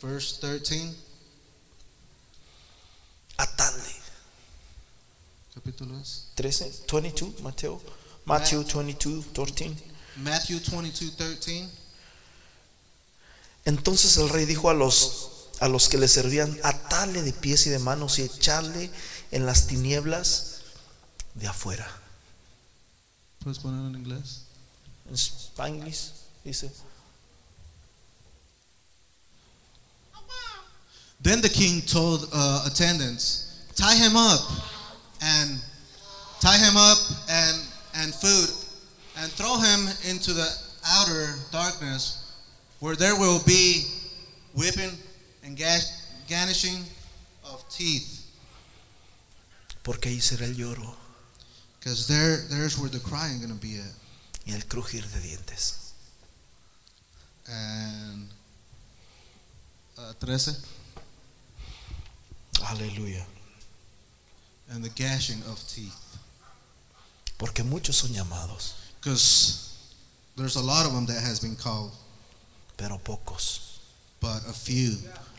Verse 13,
atadle.
capítulo es.
13, 22, Mateo. Matthew 22, 13.
Matthew 22, 13.
Entonces el rey dijo a los a los que le servían, atadle de pies y de manos y echarle en las tinieblas de afuera.
Puedes ponerlo en inglés.
En Spanglish dice,
Then the king told uh, attendants, tie him up and tie him up and and food and throw him into the outer darkness where there will be whipping and gash, garnishing of teeth
porque ahí será el lloro
because there there's where the crying gonna be at
y el crujir de dientes.
and uh, 13
Aleluya.
and the gashing of teeth
Porque muchos son llamados,
because there's a lot of them that has been called
pero pocos
but a few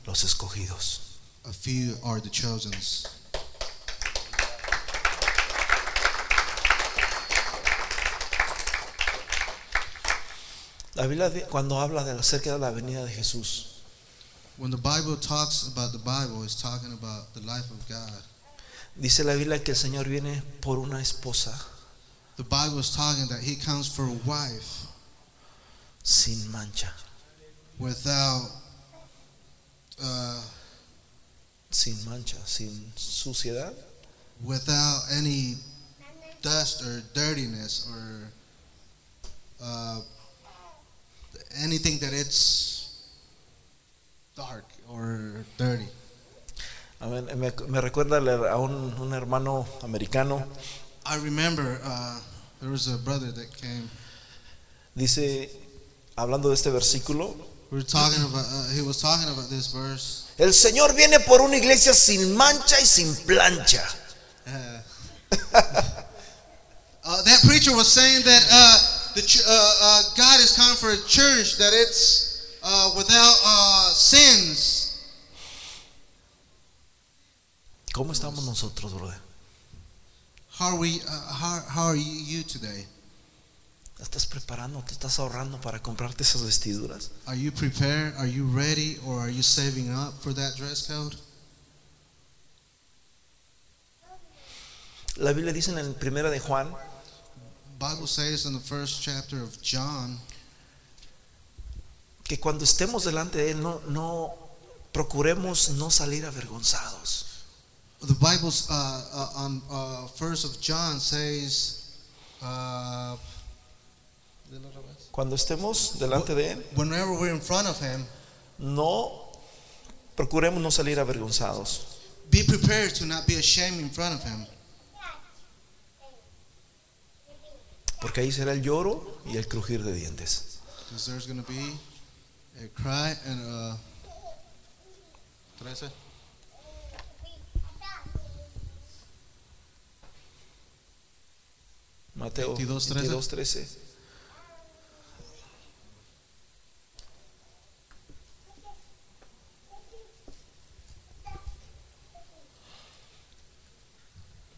los escogidos.
a few are the chosen's
La Biblia di- cuando habla de acerca de la venida de Jesús,
When the Bible talks about the Bible, it's talking about the life of God.
dice la Biblia que el Señor viene por una esposa
The Bible is talking that He comes for a wife
sin mancha,
without, uh,
sin mancha, sin suciedad,
without any dust or dirtiness or uh, anything that it's dark or dirty.
Amén. Me, me recuerda le- a un, un hermano americano.
I remember uh, there was a brother that came.
Dice, hablando de este versículo,
We were talking about. Uh, he was talking about this verse.
el Señor viene por una iglesia sin mancha y sin plancha.
Uh, uh, that preacher was saying that uh, the ch- uh, uh, God is coming for a church that it's uh, without uh, sins.
¿Cómo estamos nosotros, brother?
How are we? Uh, how, how are you, you today?
¿Estás preparando? ¿Te estás ahorrando para comprarte esas vestiduras?
Are you prepared? Are you ready? Or are you saving up for that dress code?
La Biblia dice en el primera de Juan
Bible says in the first chapter of John
que cuando estemos delante de Él no, no procuremos no salir avergonzados.
The Bible's uh, uh, on uh, first of John says, uh,
Cuando estemos delante de Él
whenever we're in front of Him,
no procuremos no salir avergonzados.
Be prepared to not be ashamed in front of him,
Porque ahí será el lloro y el crujir de dientes.
because there's going to be a cry and a. What did I say?
Mateo
22, 13.
22, 13.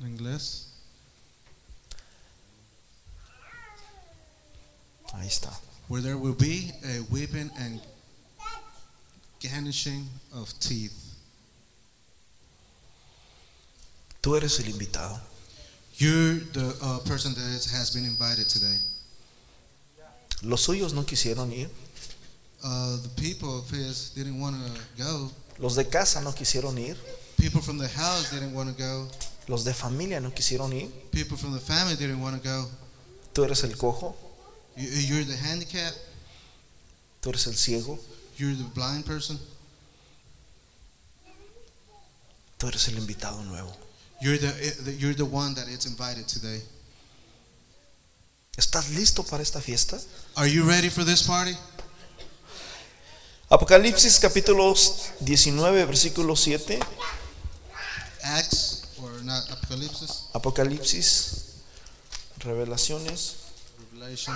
In English.
Ahí está.
Where there will be a weeping and garnishing of teeth.
Tú eres el invitado.
You're the uh, person that is, has been invited today.
Los suyos no quisieron ir.
Uh, the people of his didn't want to go.
Los de casa no quisieron ir.
People from the house didn't want to go.
Los de familia no quisieron ir.
People from the family didn't want to go.
Tú eres el cojo.
You, uh, you're the handicapped.
Tú eres el ciego.
You're the blind person.
Tú eres el invitado nuevo.
You're the, you're the one that is invited today.
¿Estás listo para esta fiesta?
Are you ready for this party?
Apocalipsis capítulo 19, versículo 7.
Acts or not Apocalypse?
Apocalipsis, Revelaciones
Revelation.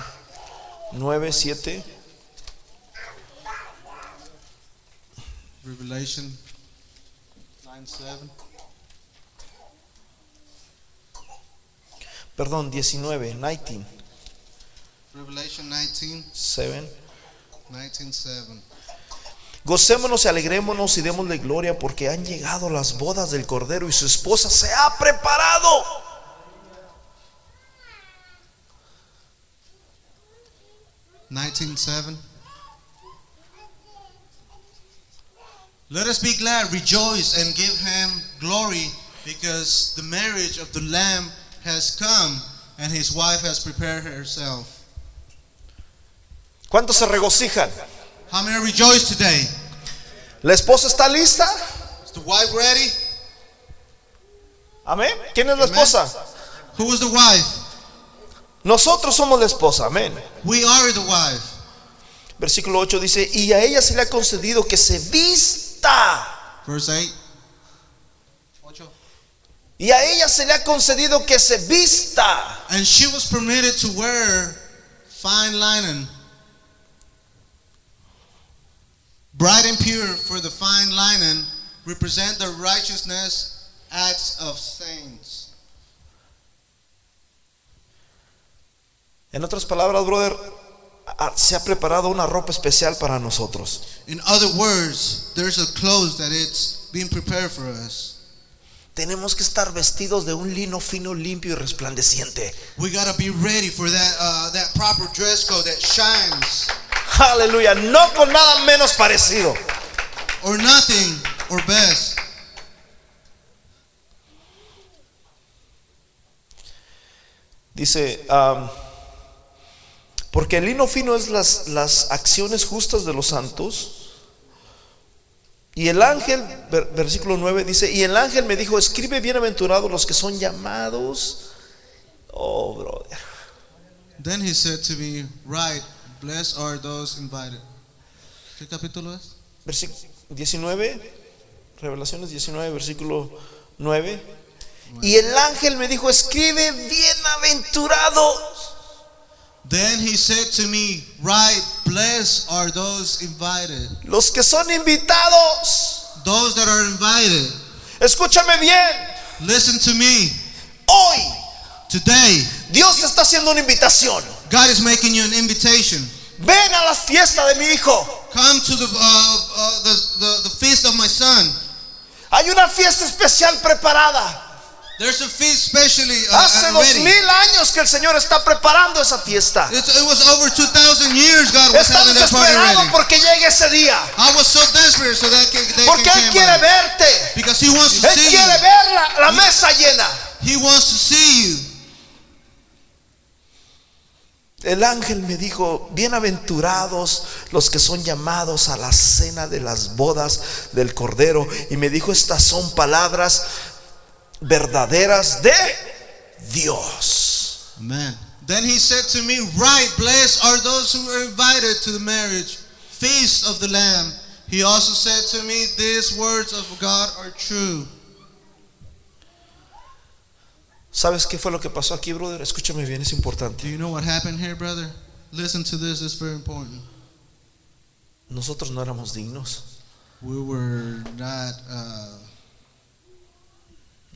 9, 7.
Revelation. Nine seven.
Perdón, 19, 19,
Revelation 19,
7.
19 7.
Gocémonos y alegrémonos y démosle gloria porque han llegado las bodas del Cordero y su esposa se ha preparado.
Let us be glad, rejoice, and give him glory, because the marriage of the Lamb has come and his wife has prepared herself.
¿Cuántos se regocijan?
How many rejoice today?
¿La esposa está lista?
Is the wife ready?
Amén. ¿Quién es la esposa?
Who is the wife?
Nosotros somos la esposa. Amén.
We are the wife.
Versículo 8 dice, y a ella se le ha concedido que se vista.
Verse 8.
Y a ella se le ha concedido que se vista.
And she was permitted to wear fine linen, bright and pure, for the fine linen represent the righteousness acts of saints.
En otras palabras, brother, a- se ha preparado una ropa especial para nosotros.
In other words, there's a clothes that it's being prepared for us.
Tenemos que estar vestidos de un lino fino, limpio y resplandeciente.
We gotta be ready for that uh, that proper dress code that shines,
Aleluya, no con nada menos parecido.
or nothing, or best.
Dice, am, porque el lino fino es las, las acciones justas de los santos. Y el ángel, ver- versículo 9 dice, y el ángel me dijo, escribe bienaventurados los que son llamados. Oh, brother.
Then he said to me, "Right, blessed are those invited." ¿Qué capítulo es?
Versículo 19, Revelaciones 19, versículo 9. Y el ángel me dijo, escribe bienaventurados.
Then he said to me, Right, blessed are those invited.
Los que son invitados.
Those that are invited,
Escúchame bien.
listen to me.
Hoy
Today,
Dios te está haciendo una invitación.
God is making you an invitation.
Ven a la fiesta de mi hijo.
Come to the, uh, uh, the, the, the feast of my son.
Hay una fiesta especial preparada.
There's a feast specially uh,
Hace
and
dos
ready.
mil años que el Señor está preparando esa fiesta.
It's, it was over 2,000 years God was
Está
having that party
desesperado
ready.
porque llegue ese día.
I was so desperate so that ca- they
Porque Él
can
quiere
came by.
verte.
Because he wants to
Él
see
quiere
you.
ver la, la mesa llena.
He wants to see you.
El ángel me dijo, bienaventurados los que son llamados a la cena de las bodas del Cordero. Y me dijo, estas son palabras verdaderas de Dios.
Amen. Then he said to me, Right, blessed are those who are invited to the marriage feast of the Lamb. He also said to me, These words of God are true.
¿Sabes qué fue lo que pasó aquí, brother? Escúchame bien, es importante.
Do you know what happened here, brother? Listen to this, it's very important.
Nosotros no éramos dignos.
We were not. Uh,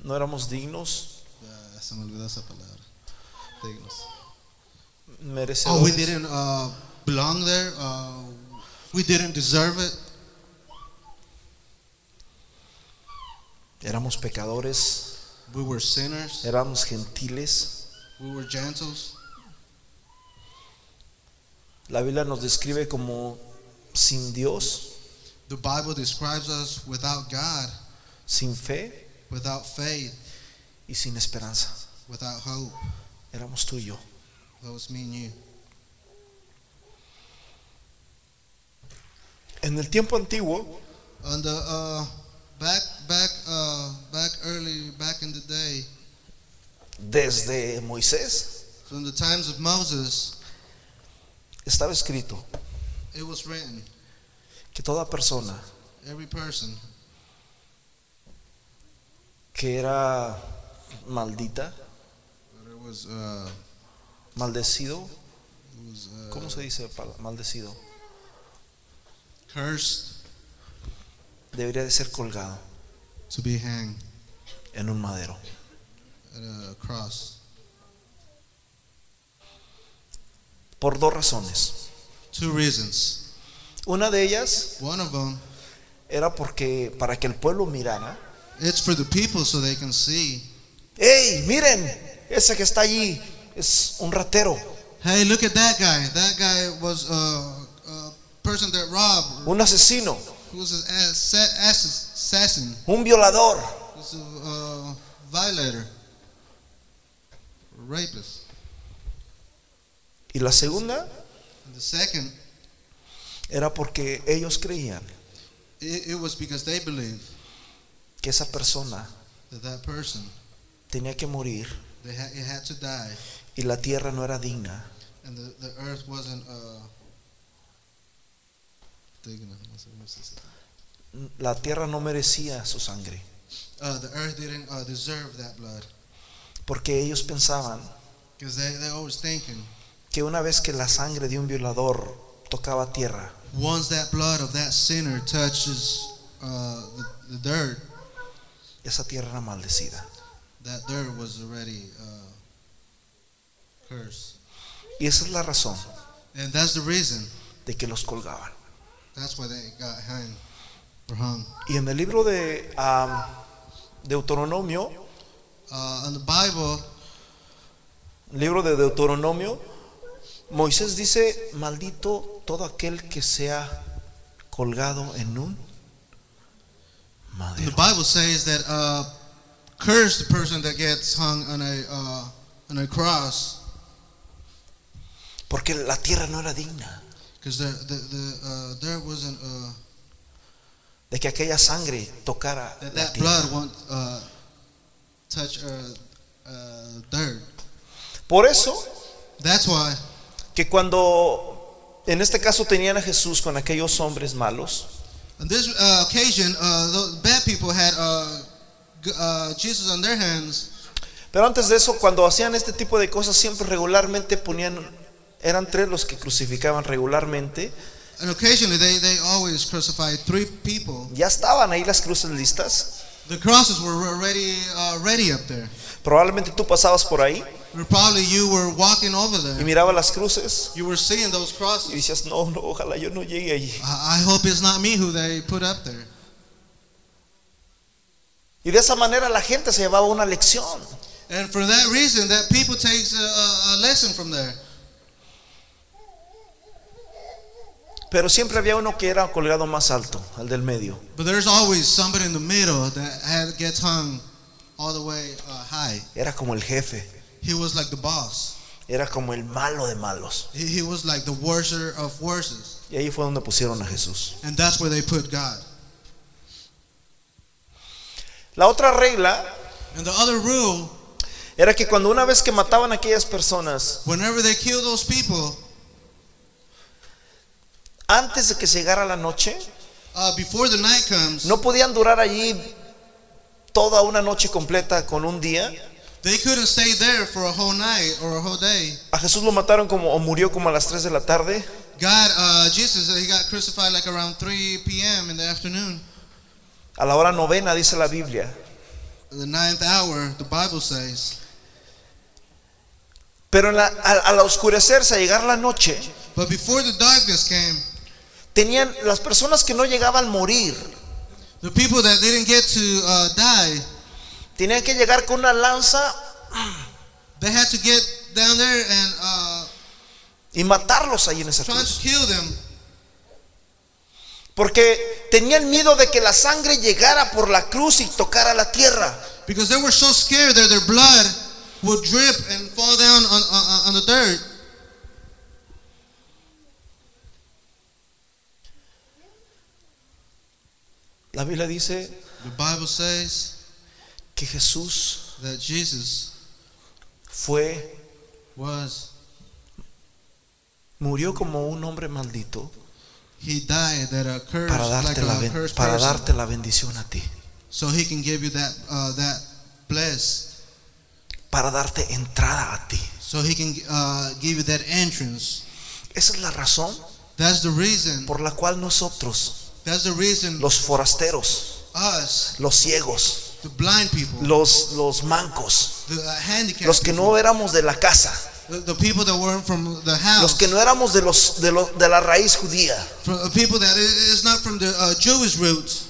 No éramos dignos,
uh, se me olvidó esa palabra. Dignos.
Ah,
Oh, we
merecedores.
didn't uh, belong there. Uh, we didn't deserve it.
Éramos pecadores,
We were sinners.
éramos gentiles.
We were gentles.
La Biblia nos describe como sin Dios,
The Bible describes us without God,
sin fe
without faith.
y sin esperanza.
without hope.
Éramos tú y yo.
That was me and you.
En el tiempo antiguo,
On the uh, back, back, uh, back early, back in the day,
desde Moisés,
from the times of Moses,
estaba escrito
it was written:
que toda persona
every person
que era maldita,
whether it was, uh,
maldecido,
it was uh,
¿cómo se dice? pal- Maldecido.
cursed
Debería de ser colgado
to be hanged
en un madero.
at a cross
por dos razones.
two reasons.
Una de ellas
One of them,
era porque para que el pueblo mirara,
it's for the people so they can see.
hey, miren, ese que está allí es un ratero,
Hey, look at that guy. That guy was uh, a person that robbed.
un asesino,
Who was an ass- assassin?
un violador,
Was a, uh, violator, rapist.
Y la segunda
And the second,
era porque ellos creían
it, it was because they believed
que esa persona
that that person,
tenía que morir
they had, it had to die,
y la tierra no era digna.
and the, the earth wasn't. Uh, big enough. What's it- what's this?
La tierra no merecía su sangre,
uh, the earth didn't uh, deserve that blood
porque ellos pensaban
because they they always thinking
que una vez que la sangre de un violador tocaba tierra,
once that blood of that sinner touches uh, the, the dirt,
esa tierra era maldecida.
that dirt was already uh, cursed.
Y esa es la razón
And that's the reason.
de que los colgaban.
That's why they got hung or hung.
Y en el libro de ah, Deuteronomio,
Uh, in the Bible,
libro de Deuteronomio, Moisés dice, maldito todo aquel que sea colgado en un
the
madero.
Bible says that uh, curse the person that gets hung on a uh, on a cross
Porque la tierra no era digna
because the the, the uh, dirt wasn't uh,
de que aquella sangre tocara
that
la
that
tierra.
blood won't uh, touch uh, uh, dirt.
Por eso
That's why
que cuando en este caso tenían a Jesús con aquellos hombres malos,
on this uh, occasion uh, the bad people had uh, g- uh, Jesus on their hands.
pero antes de eso cuando hacían este tipo de cosas siempre regularmente ponían eran tres los que crucificaban regularmente,
And occasionally they, they always crucified three people.
ya estaban ahí las cruces listas.
The crosses were already uh, ready up there.
Probablemente tú pasabas por ahí
Or Probably you were walking over
y
there.
mirabas las cruces
You were seeing those
y
crosses.
decías, "No, no, ojalá yo no llegue allí."
I, I hope it's not me who they put up there.
Y de esa manera la gente se llevaba una lección.
And for that reason, that people takes a, a, a lesson from there.
Pero siempre había uno que era colgado más alto, el del medio.
But there's always somebody in the middle that had, gets hung all the way uh, high.
Era como el jefe,
He was like the boss.
era como el malo de malos.
He, he was like the worser of worses.
Y ahí fue donde pusieron a Jesús.
And that's where they put God.
La otra regla
And the other rule,
era que cuando una vez que mataban a aquellas personas,
whenever they kill those people,
antes de que llegara la noche,
uh, before the night comes,
no podían durar allí toda una noche completa con un día.
They couldn't stay there for a whole night or a whole day.
A Jesús lo mataron como o murió como a las 3 de la tarde.
God, uh, Jesus, uh, he got crucified like around 3 p.m. in the afternoon.
A la hora novena, dice la Biblia.
The ninth hour, the Bible says.
Pero en la- al, al oscurecerse, a llegar la noche,
But before the darkness came,
tenían las personas que no llegaban a morir,
the people that didn't get to uh, die,
tenían que llegar con una lanza
they had to get down there and uh,
y matarlos ahí en esa
trying to
cruz.
kill them
Porque tenían miedo de que la sangre llegara por la cruz y tocara la tierra.
because they were so scared that their blood would drip and fall down on, on, on the dirt.
La Biblia dice
The Bible says
que Jesús
that Jesus
fue,
was,
murió como un hombre maldito
he died that a curse,
para
like
darte la,
a
ben-
cursed
para
person.
darte la bendición a ti,
so he can give you that uh, that bless
para darte entrada a ti.
so he can uh, give you that entrance
Esa es la razón
that's the reason
por la cual nosotros,
that's the reason
los forasteros,
us
los ciegos,
the blind people
los, los mancos,
the uh, handicapped
los que
people,
no éramos de la casa,
the, the people that weren't from the
los
house
que no éramos de, los, de, lo- de la raíz judía,
from uh, people that i- is not from the uh, Jewish roots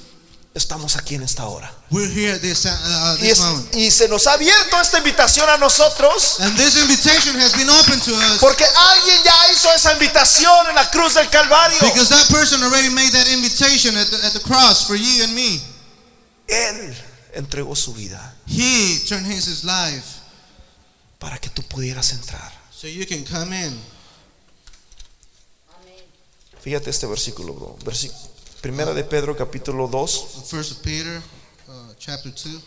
estamos aquí en esta hora.
we're here at this uh, uh,
Y, es-
this moment
y se nos ha abierto esta invitación a nosotros.
and this invitation has been open to us
Porque alguien ya hizo esa invitación en la cruz del Calvario.
because that person already made that invitation at the, at the cross for you and me
Él entregó su vida
He turned his, his life
para que tú pudieras entrar.
so you can come in.
Fíjate este versículo, bro. Versi- Primera de Pedro capítulo 2,
First Peter, uh, chapter two.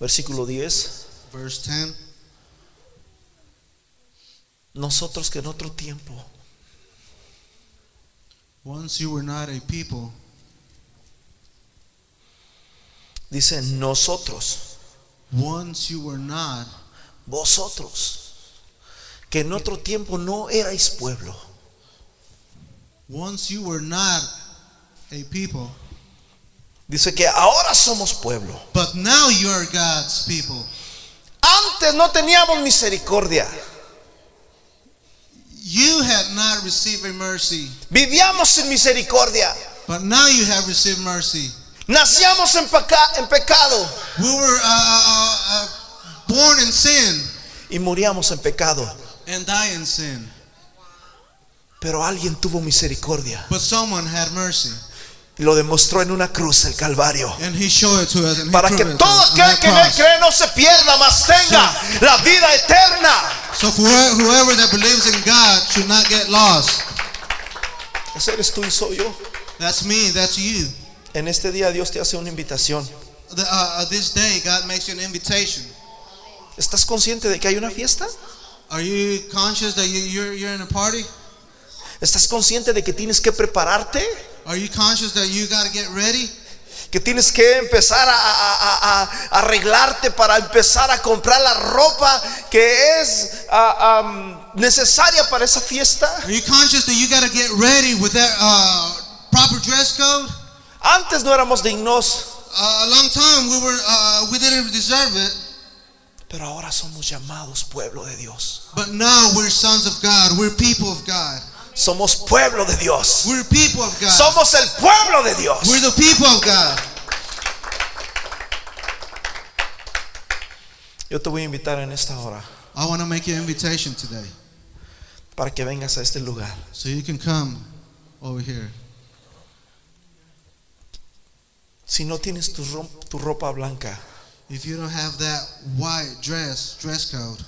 versículo 10.
Verse 10
Nosotros que en otro tiempo
Once you were not a people,
dice nosotros,
once you were not,
vosotros, que en otro tiempo no erais pueblo,
once you were not a people,
dice que ahora somos pueblo.
but now you are God's people.
Antes no teníamos misericordia,
You had not received a mercy,
vivíamos sin misericordia,
but now you have received mercy.
nacíamos en, peca- en pecado
We were uh, uh, uh, born in sin
y moríamos en pecado,
and die in sin,
pero alguien tuvo misericordia
but someone had mercy,
y lo demostró en una cruz el Calvario.
and He showed it to us. And he
Para que
proved it to
todo
us on
aquel
that
que en él
cross.
cree no se pierda, mas tenga la vida eterna.
So for whoe- whoever that believes in God should not get lost.
Ese eres tú y soy yo.
That's me. That's you.
En este día Dios te hace una invitación.
The, uh, uh, this day, God makes you an invitation.
¿Estás consciente de que hay una fiesta?
Are you conscious that you, you're, you're in a party?
¿Estás consciente de que tienes que prepararte?
Are you conscious that you got to get ready?
¿Que tienes que empezar a, a- a- a- a arreglarte para empezar a comprar la ropa que es ah, am, necesaria para esa fiesta?
Are you conscious that you got to get ready with that uh, proper dress code?
Antes no éramos dignos,
Uh, a long time we were uh, we didn't deserve it,
pero ahora somos llamados pueblo de Dios.
but now we're sons of God. We're people of God.
Somos pueblo de Dios.
We're people of God.
Somos el pueblo de Dios.
we're the people of God.
Yo te voy a invitar en esta hora
I want to make you an invitation today,
para que vengas a este lugar.
so you can come over here.
Si no tienes tu, rom- tu ropa blanca,
If you don't have that white dress dress code,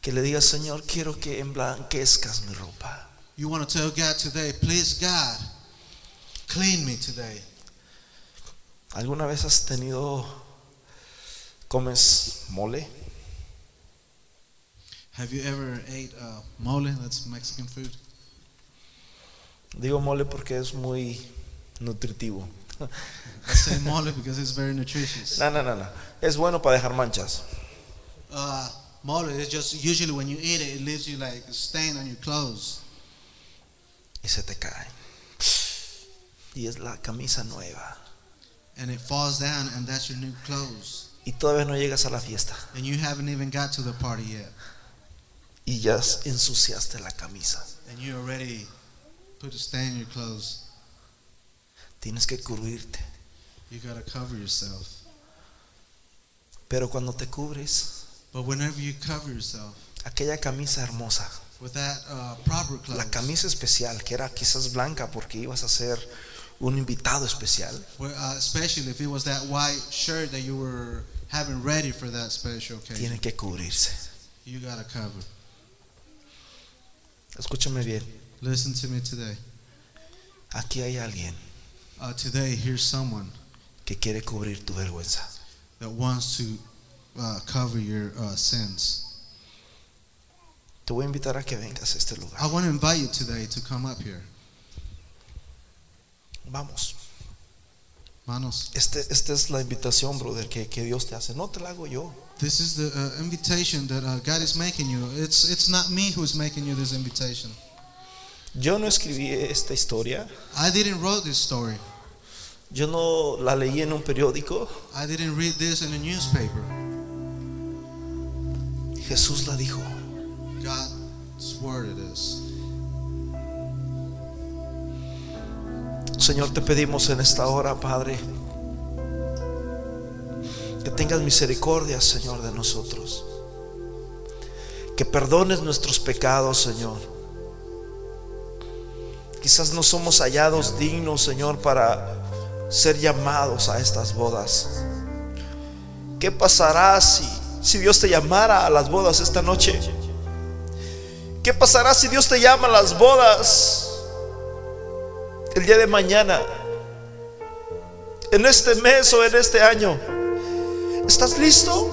que le digas, Señor, quiero que emblanquezcas mi ropa.
you want to tell God today, please God, clean me today.
¿Alguna vez has tenido, comes mole?
Have you ever ate uh, mole? That's Mexican food.
Digo mole porque es muy nutritivo.
I say mole because it's very nutritious.
No, no, no, no. Es bueno para dejar manchas.
Uh, mole is just usually when you eat it, it leaves you like a stain on your clothes,
Y se te cae. Y es la camisa nueva.
and it falls down, and that's your new clothes.
Y todavía no llegas a la fiesta.
And you haven't even got to the party yet,
Y ya ensuciaste la camisa.
and you already put a stain on your clothes.
Tienes que cubrirte.
You gotta cover yourself.
Pero cuando te cubres,
But whenever you cover yourself
aquella camisa hermosa,
with that uh, proper
la
clothes,
camisa especial, que era quizás blanca porque ibas a ser un invitado especial,
where, uh, especially if it was that white shirt that you were having ready for that special occasion,
tiene que cubrirse.
you gotta cover.
Escúchame bien,
Listen to me today.
aquí hay alguien
Uh, today, here's someone
que quiere cubrir tu vergüenza.
that wants to uh, cover your uh, sins.
Te voy a invitar a que vengas a este lugar.
I want to invite you today to come up here.
Vamos,
Manos,
Este- esta es la invitación, brother, que, que Dios te hace. No te la hago yo.
this is the uh, invitation that uh, God is making you. It's, it's not me who's making you this invitation.
Yo no escribí esta historia.
I didn't wrote this story.
Yo no la leí en un periódico.
I didn't read this in a newspaper.
Jesús la dijo.
God's word it is.
Señor, te pedimos en esta hora, Padre, que tengas misericordia, Señor, de nosotros. Que perdones nuestros pecados, Señor. Quizás no somos hallados dignos, Señor, para ser llamados a estas bodas. ¿Qué pasará si, si Dios te llamara a las bodas esta noche? ¿Qué pasará si Dios te llama a las bodas el día de mañana? En este mes o en este año. ¿Estás listo?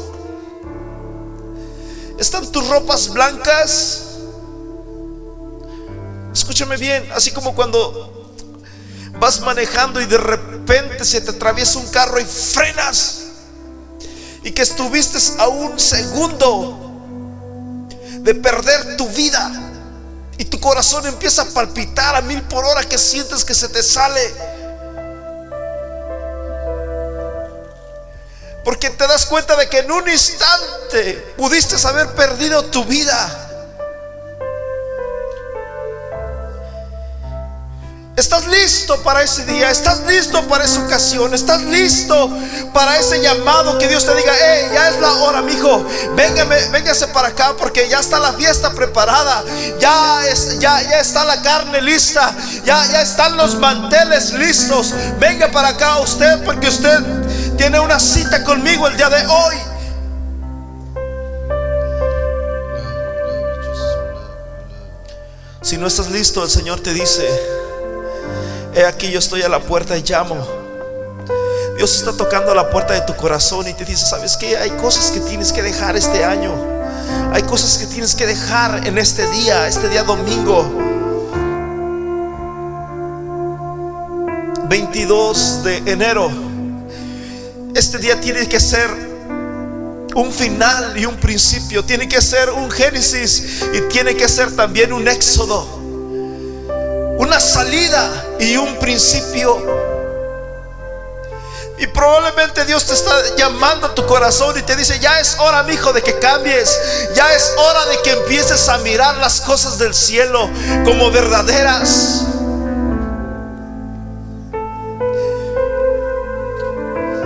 ¿Están tus ropas blancas? Escúchame bien, así como cuando vas manejando y de repente se te atraviesa un carro y frenas y que estuviste a un segundo de perder tu vida y tu corazón empieza a palpitar a mil por hora que sientes que se te sale. Porque te das cuenta de que en un instante pudiste haber perdido tu vida. ¿Estás listo para ese día? ¿Estás listo para esa ocasión? ¿Estás listo para ese llamado que Dios te diga, hey, ya es la hora, mijo, véngame, véngase para acá porque ya está la fiesta preparada, ya, es, ya, ya está la carne lista, ya, ya están los manteles listos, venga para acá usted porque usted tiene una cita conmigo el día de hoy. Si no estás listo, el Señor te dice, he aquí yo estoy a la puerta y llamo. Dios está tocando a la puerta de tu corazón y te dice, ¿sabes qué? Hay cosas que tienes que dejar este año. Hay cosas que tienes que dejar en este día, este día domingo. 22 de enero. Este día tiene que ser un final y un principio. Tiene que ser un génesis y tiene que ser también un éxodo una salida y un principio. Y probablemente Dios te está llamando a tu corazón y te dice, ya es hora, mi hijo, de que cambies. Ya es hora de que empieces a mirar las cosas del cielo como verdaderas.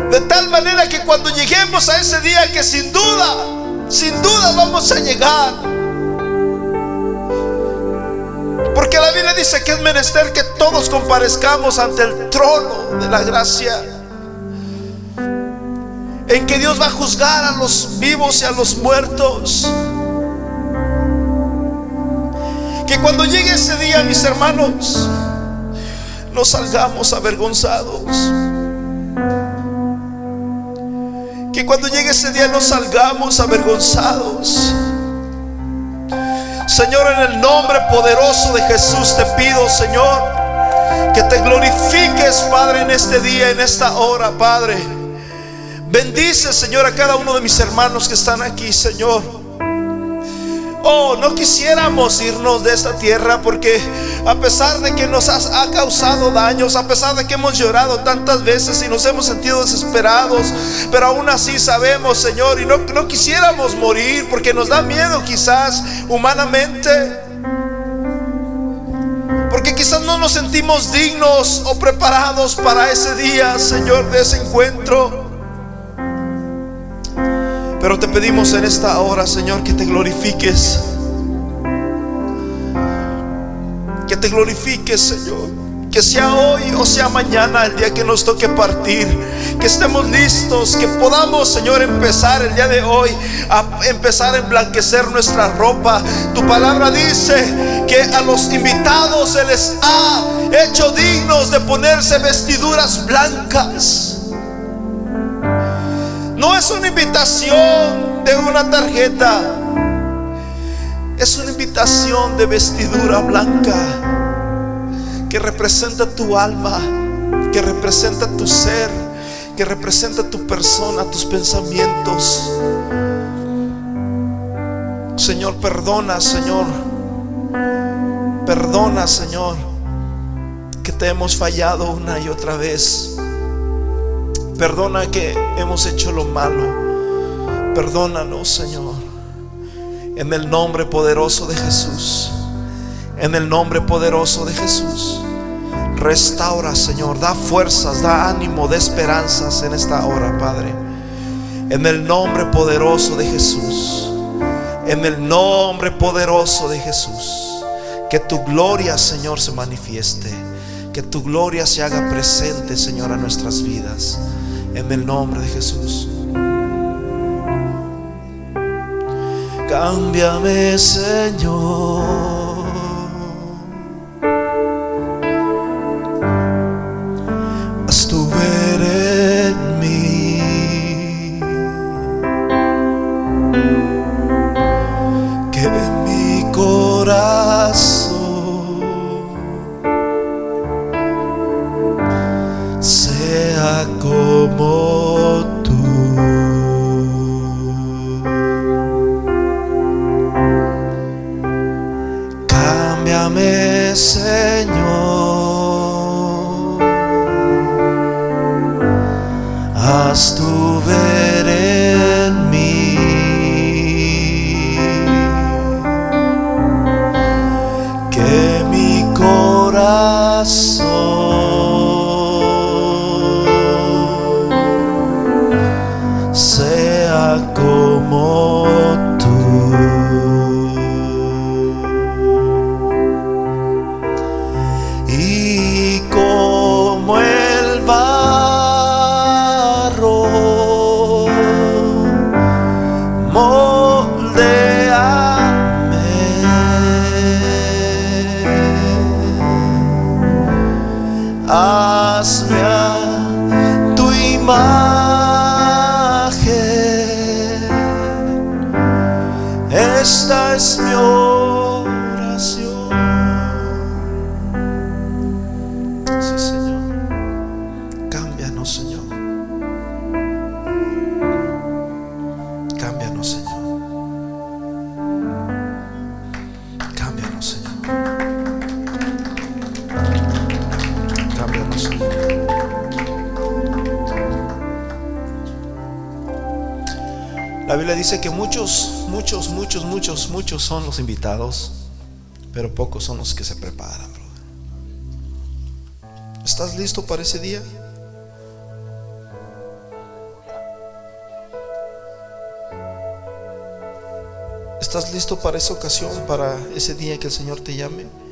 De tal manera que cuando lleguemos a ese día que sin duda, sin duda vamos a llegar. Porque la Biblia dice que es menester que todos comparezcamos ante el trono de la gracia. En que Dios va a juzgar a los vivos y a los muertos. Que cuando llegue ese día, mis hermanos, no salgamos avergonzados. Que cuando llegue ese día no salgamos avergonzados. Señor, en el nombre poderoso de Jesús te pido, Señor, que te glorifiques, Padre, en este día, en esta hora, Padre. Bendice, Señor, a cada uno de mis hermanos que están aquí, Señor. Oh, no quisiéramos irnos de esta tierra porque a pesar de que nos has, ha causado daños, a pesar de que hemos llorado tantas veces y nos hemos sentido desesperados, pero aún así sabemos, Señor, y no, no quisiéramos morir porque nos da miedo quizás humanamente. Porque quizás no nos sentimos dignos o preparados para ese día, Señor, de ese encuentro. Pero te pedimos en esta hora, Señor, que te glorifiques. Que te glorifiques, Señor. Que sea hoy o sea mañana el día que nos toque partir. Que estemos listos. Que podamos, Señor, empezar el día de hoy. A empezar a emblanquecer nuestra ropa. Tu palabra dice que a los invitados se les ha hecho dignos de ponerse vestiduras blancas. No es una invitación de una tarjeta. Es una invitación de vestidura blanca que representa tu alma, que representa tu ser, que representa tu persona, tus pensamientos. Señor, perdona, Señor. Perdona, Señor, que te hemos fallado una y otra vez. Perdona que hemos hecho lo malo. Perdónanos, Señor. En el nombre poderoso de Jesús. En el nombre poderoso de Jesús. Restaura, Señor. Da fuerzas, da ánimo, da esperanzas en esta hora, Padre. En el nombre poderoso de Jesús. En el nombre poderoso de Jesús. Que tu gloria, Señor, se manifieste. Que tu gloria se haga presente, Señor, a nuestras vidas. En el nombre de Jesús. Cámbiame, Señor. Haz tu ver en mí. Que en mi corazón sea como tú. Cámbiame, Señor. Haz tu ver en mí que mi corazón sea como tú y como el barro moldeame hazme a tu imagen esta es mi oración. Sí, Señor. Cámbianos, Señor. Cámbianos, Señor. Cámbianos, Señor. Cámbianos, Señor. La Biblia dice que muchos, muchos, muchos, muchos, muchos son los invitados, pero pocos son los que se preparan, brother. ¿Estás listo para ese día? ¿Estás listo para esa ocasión, para ese día que el Señor te llame?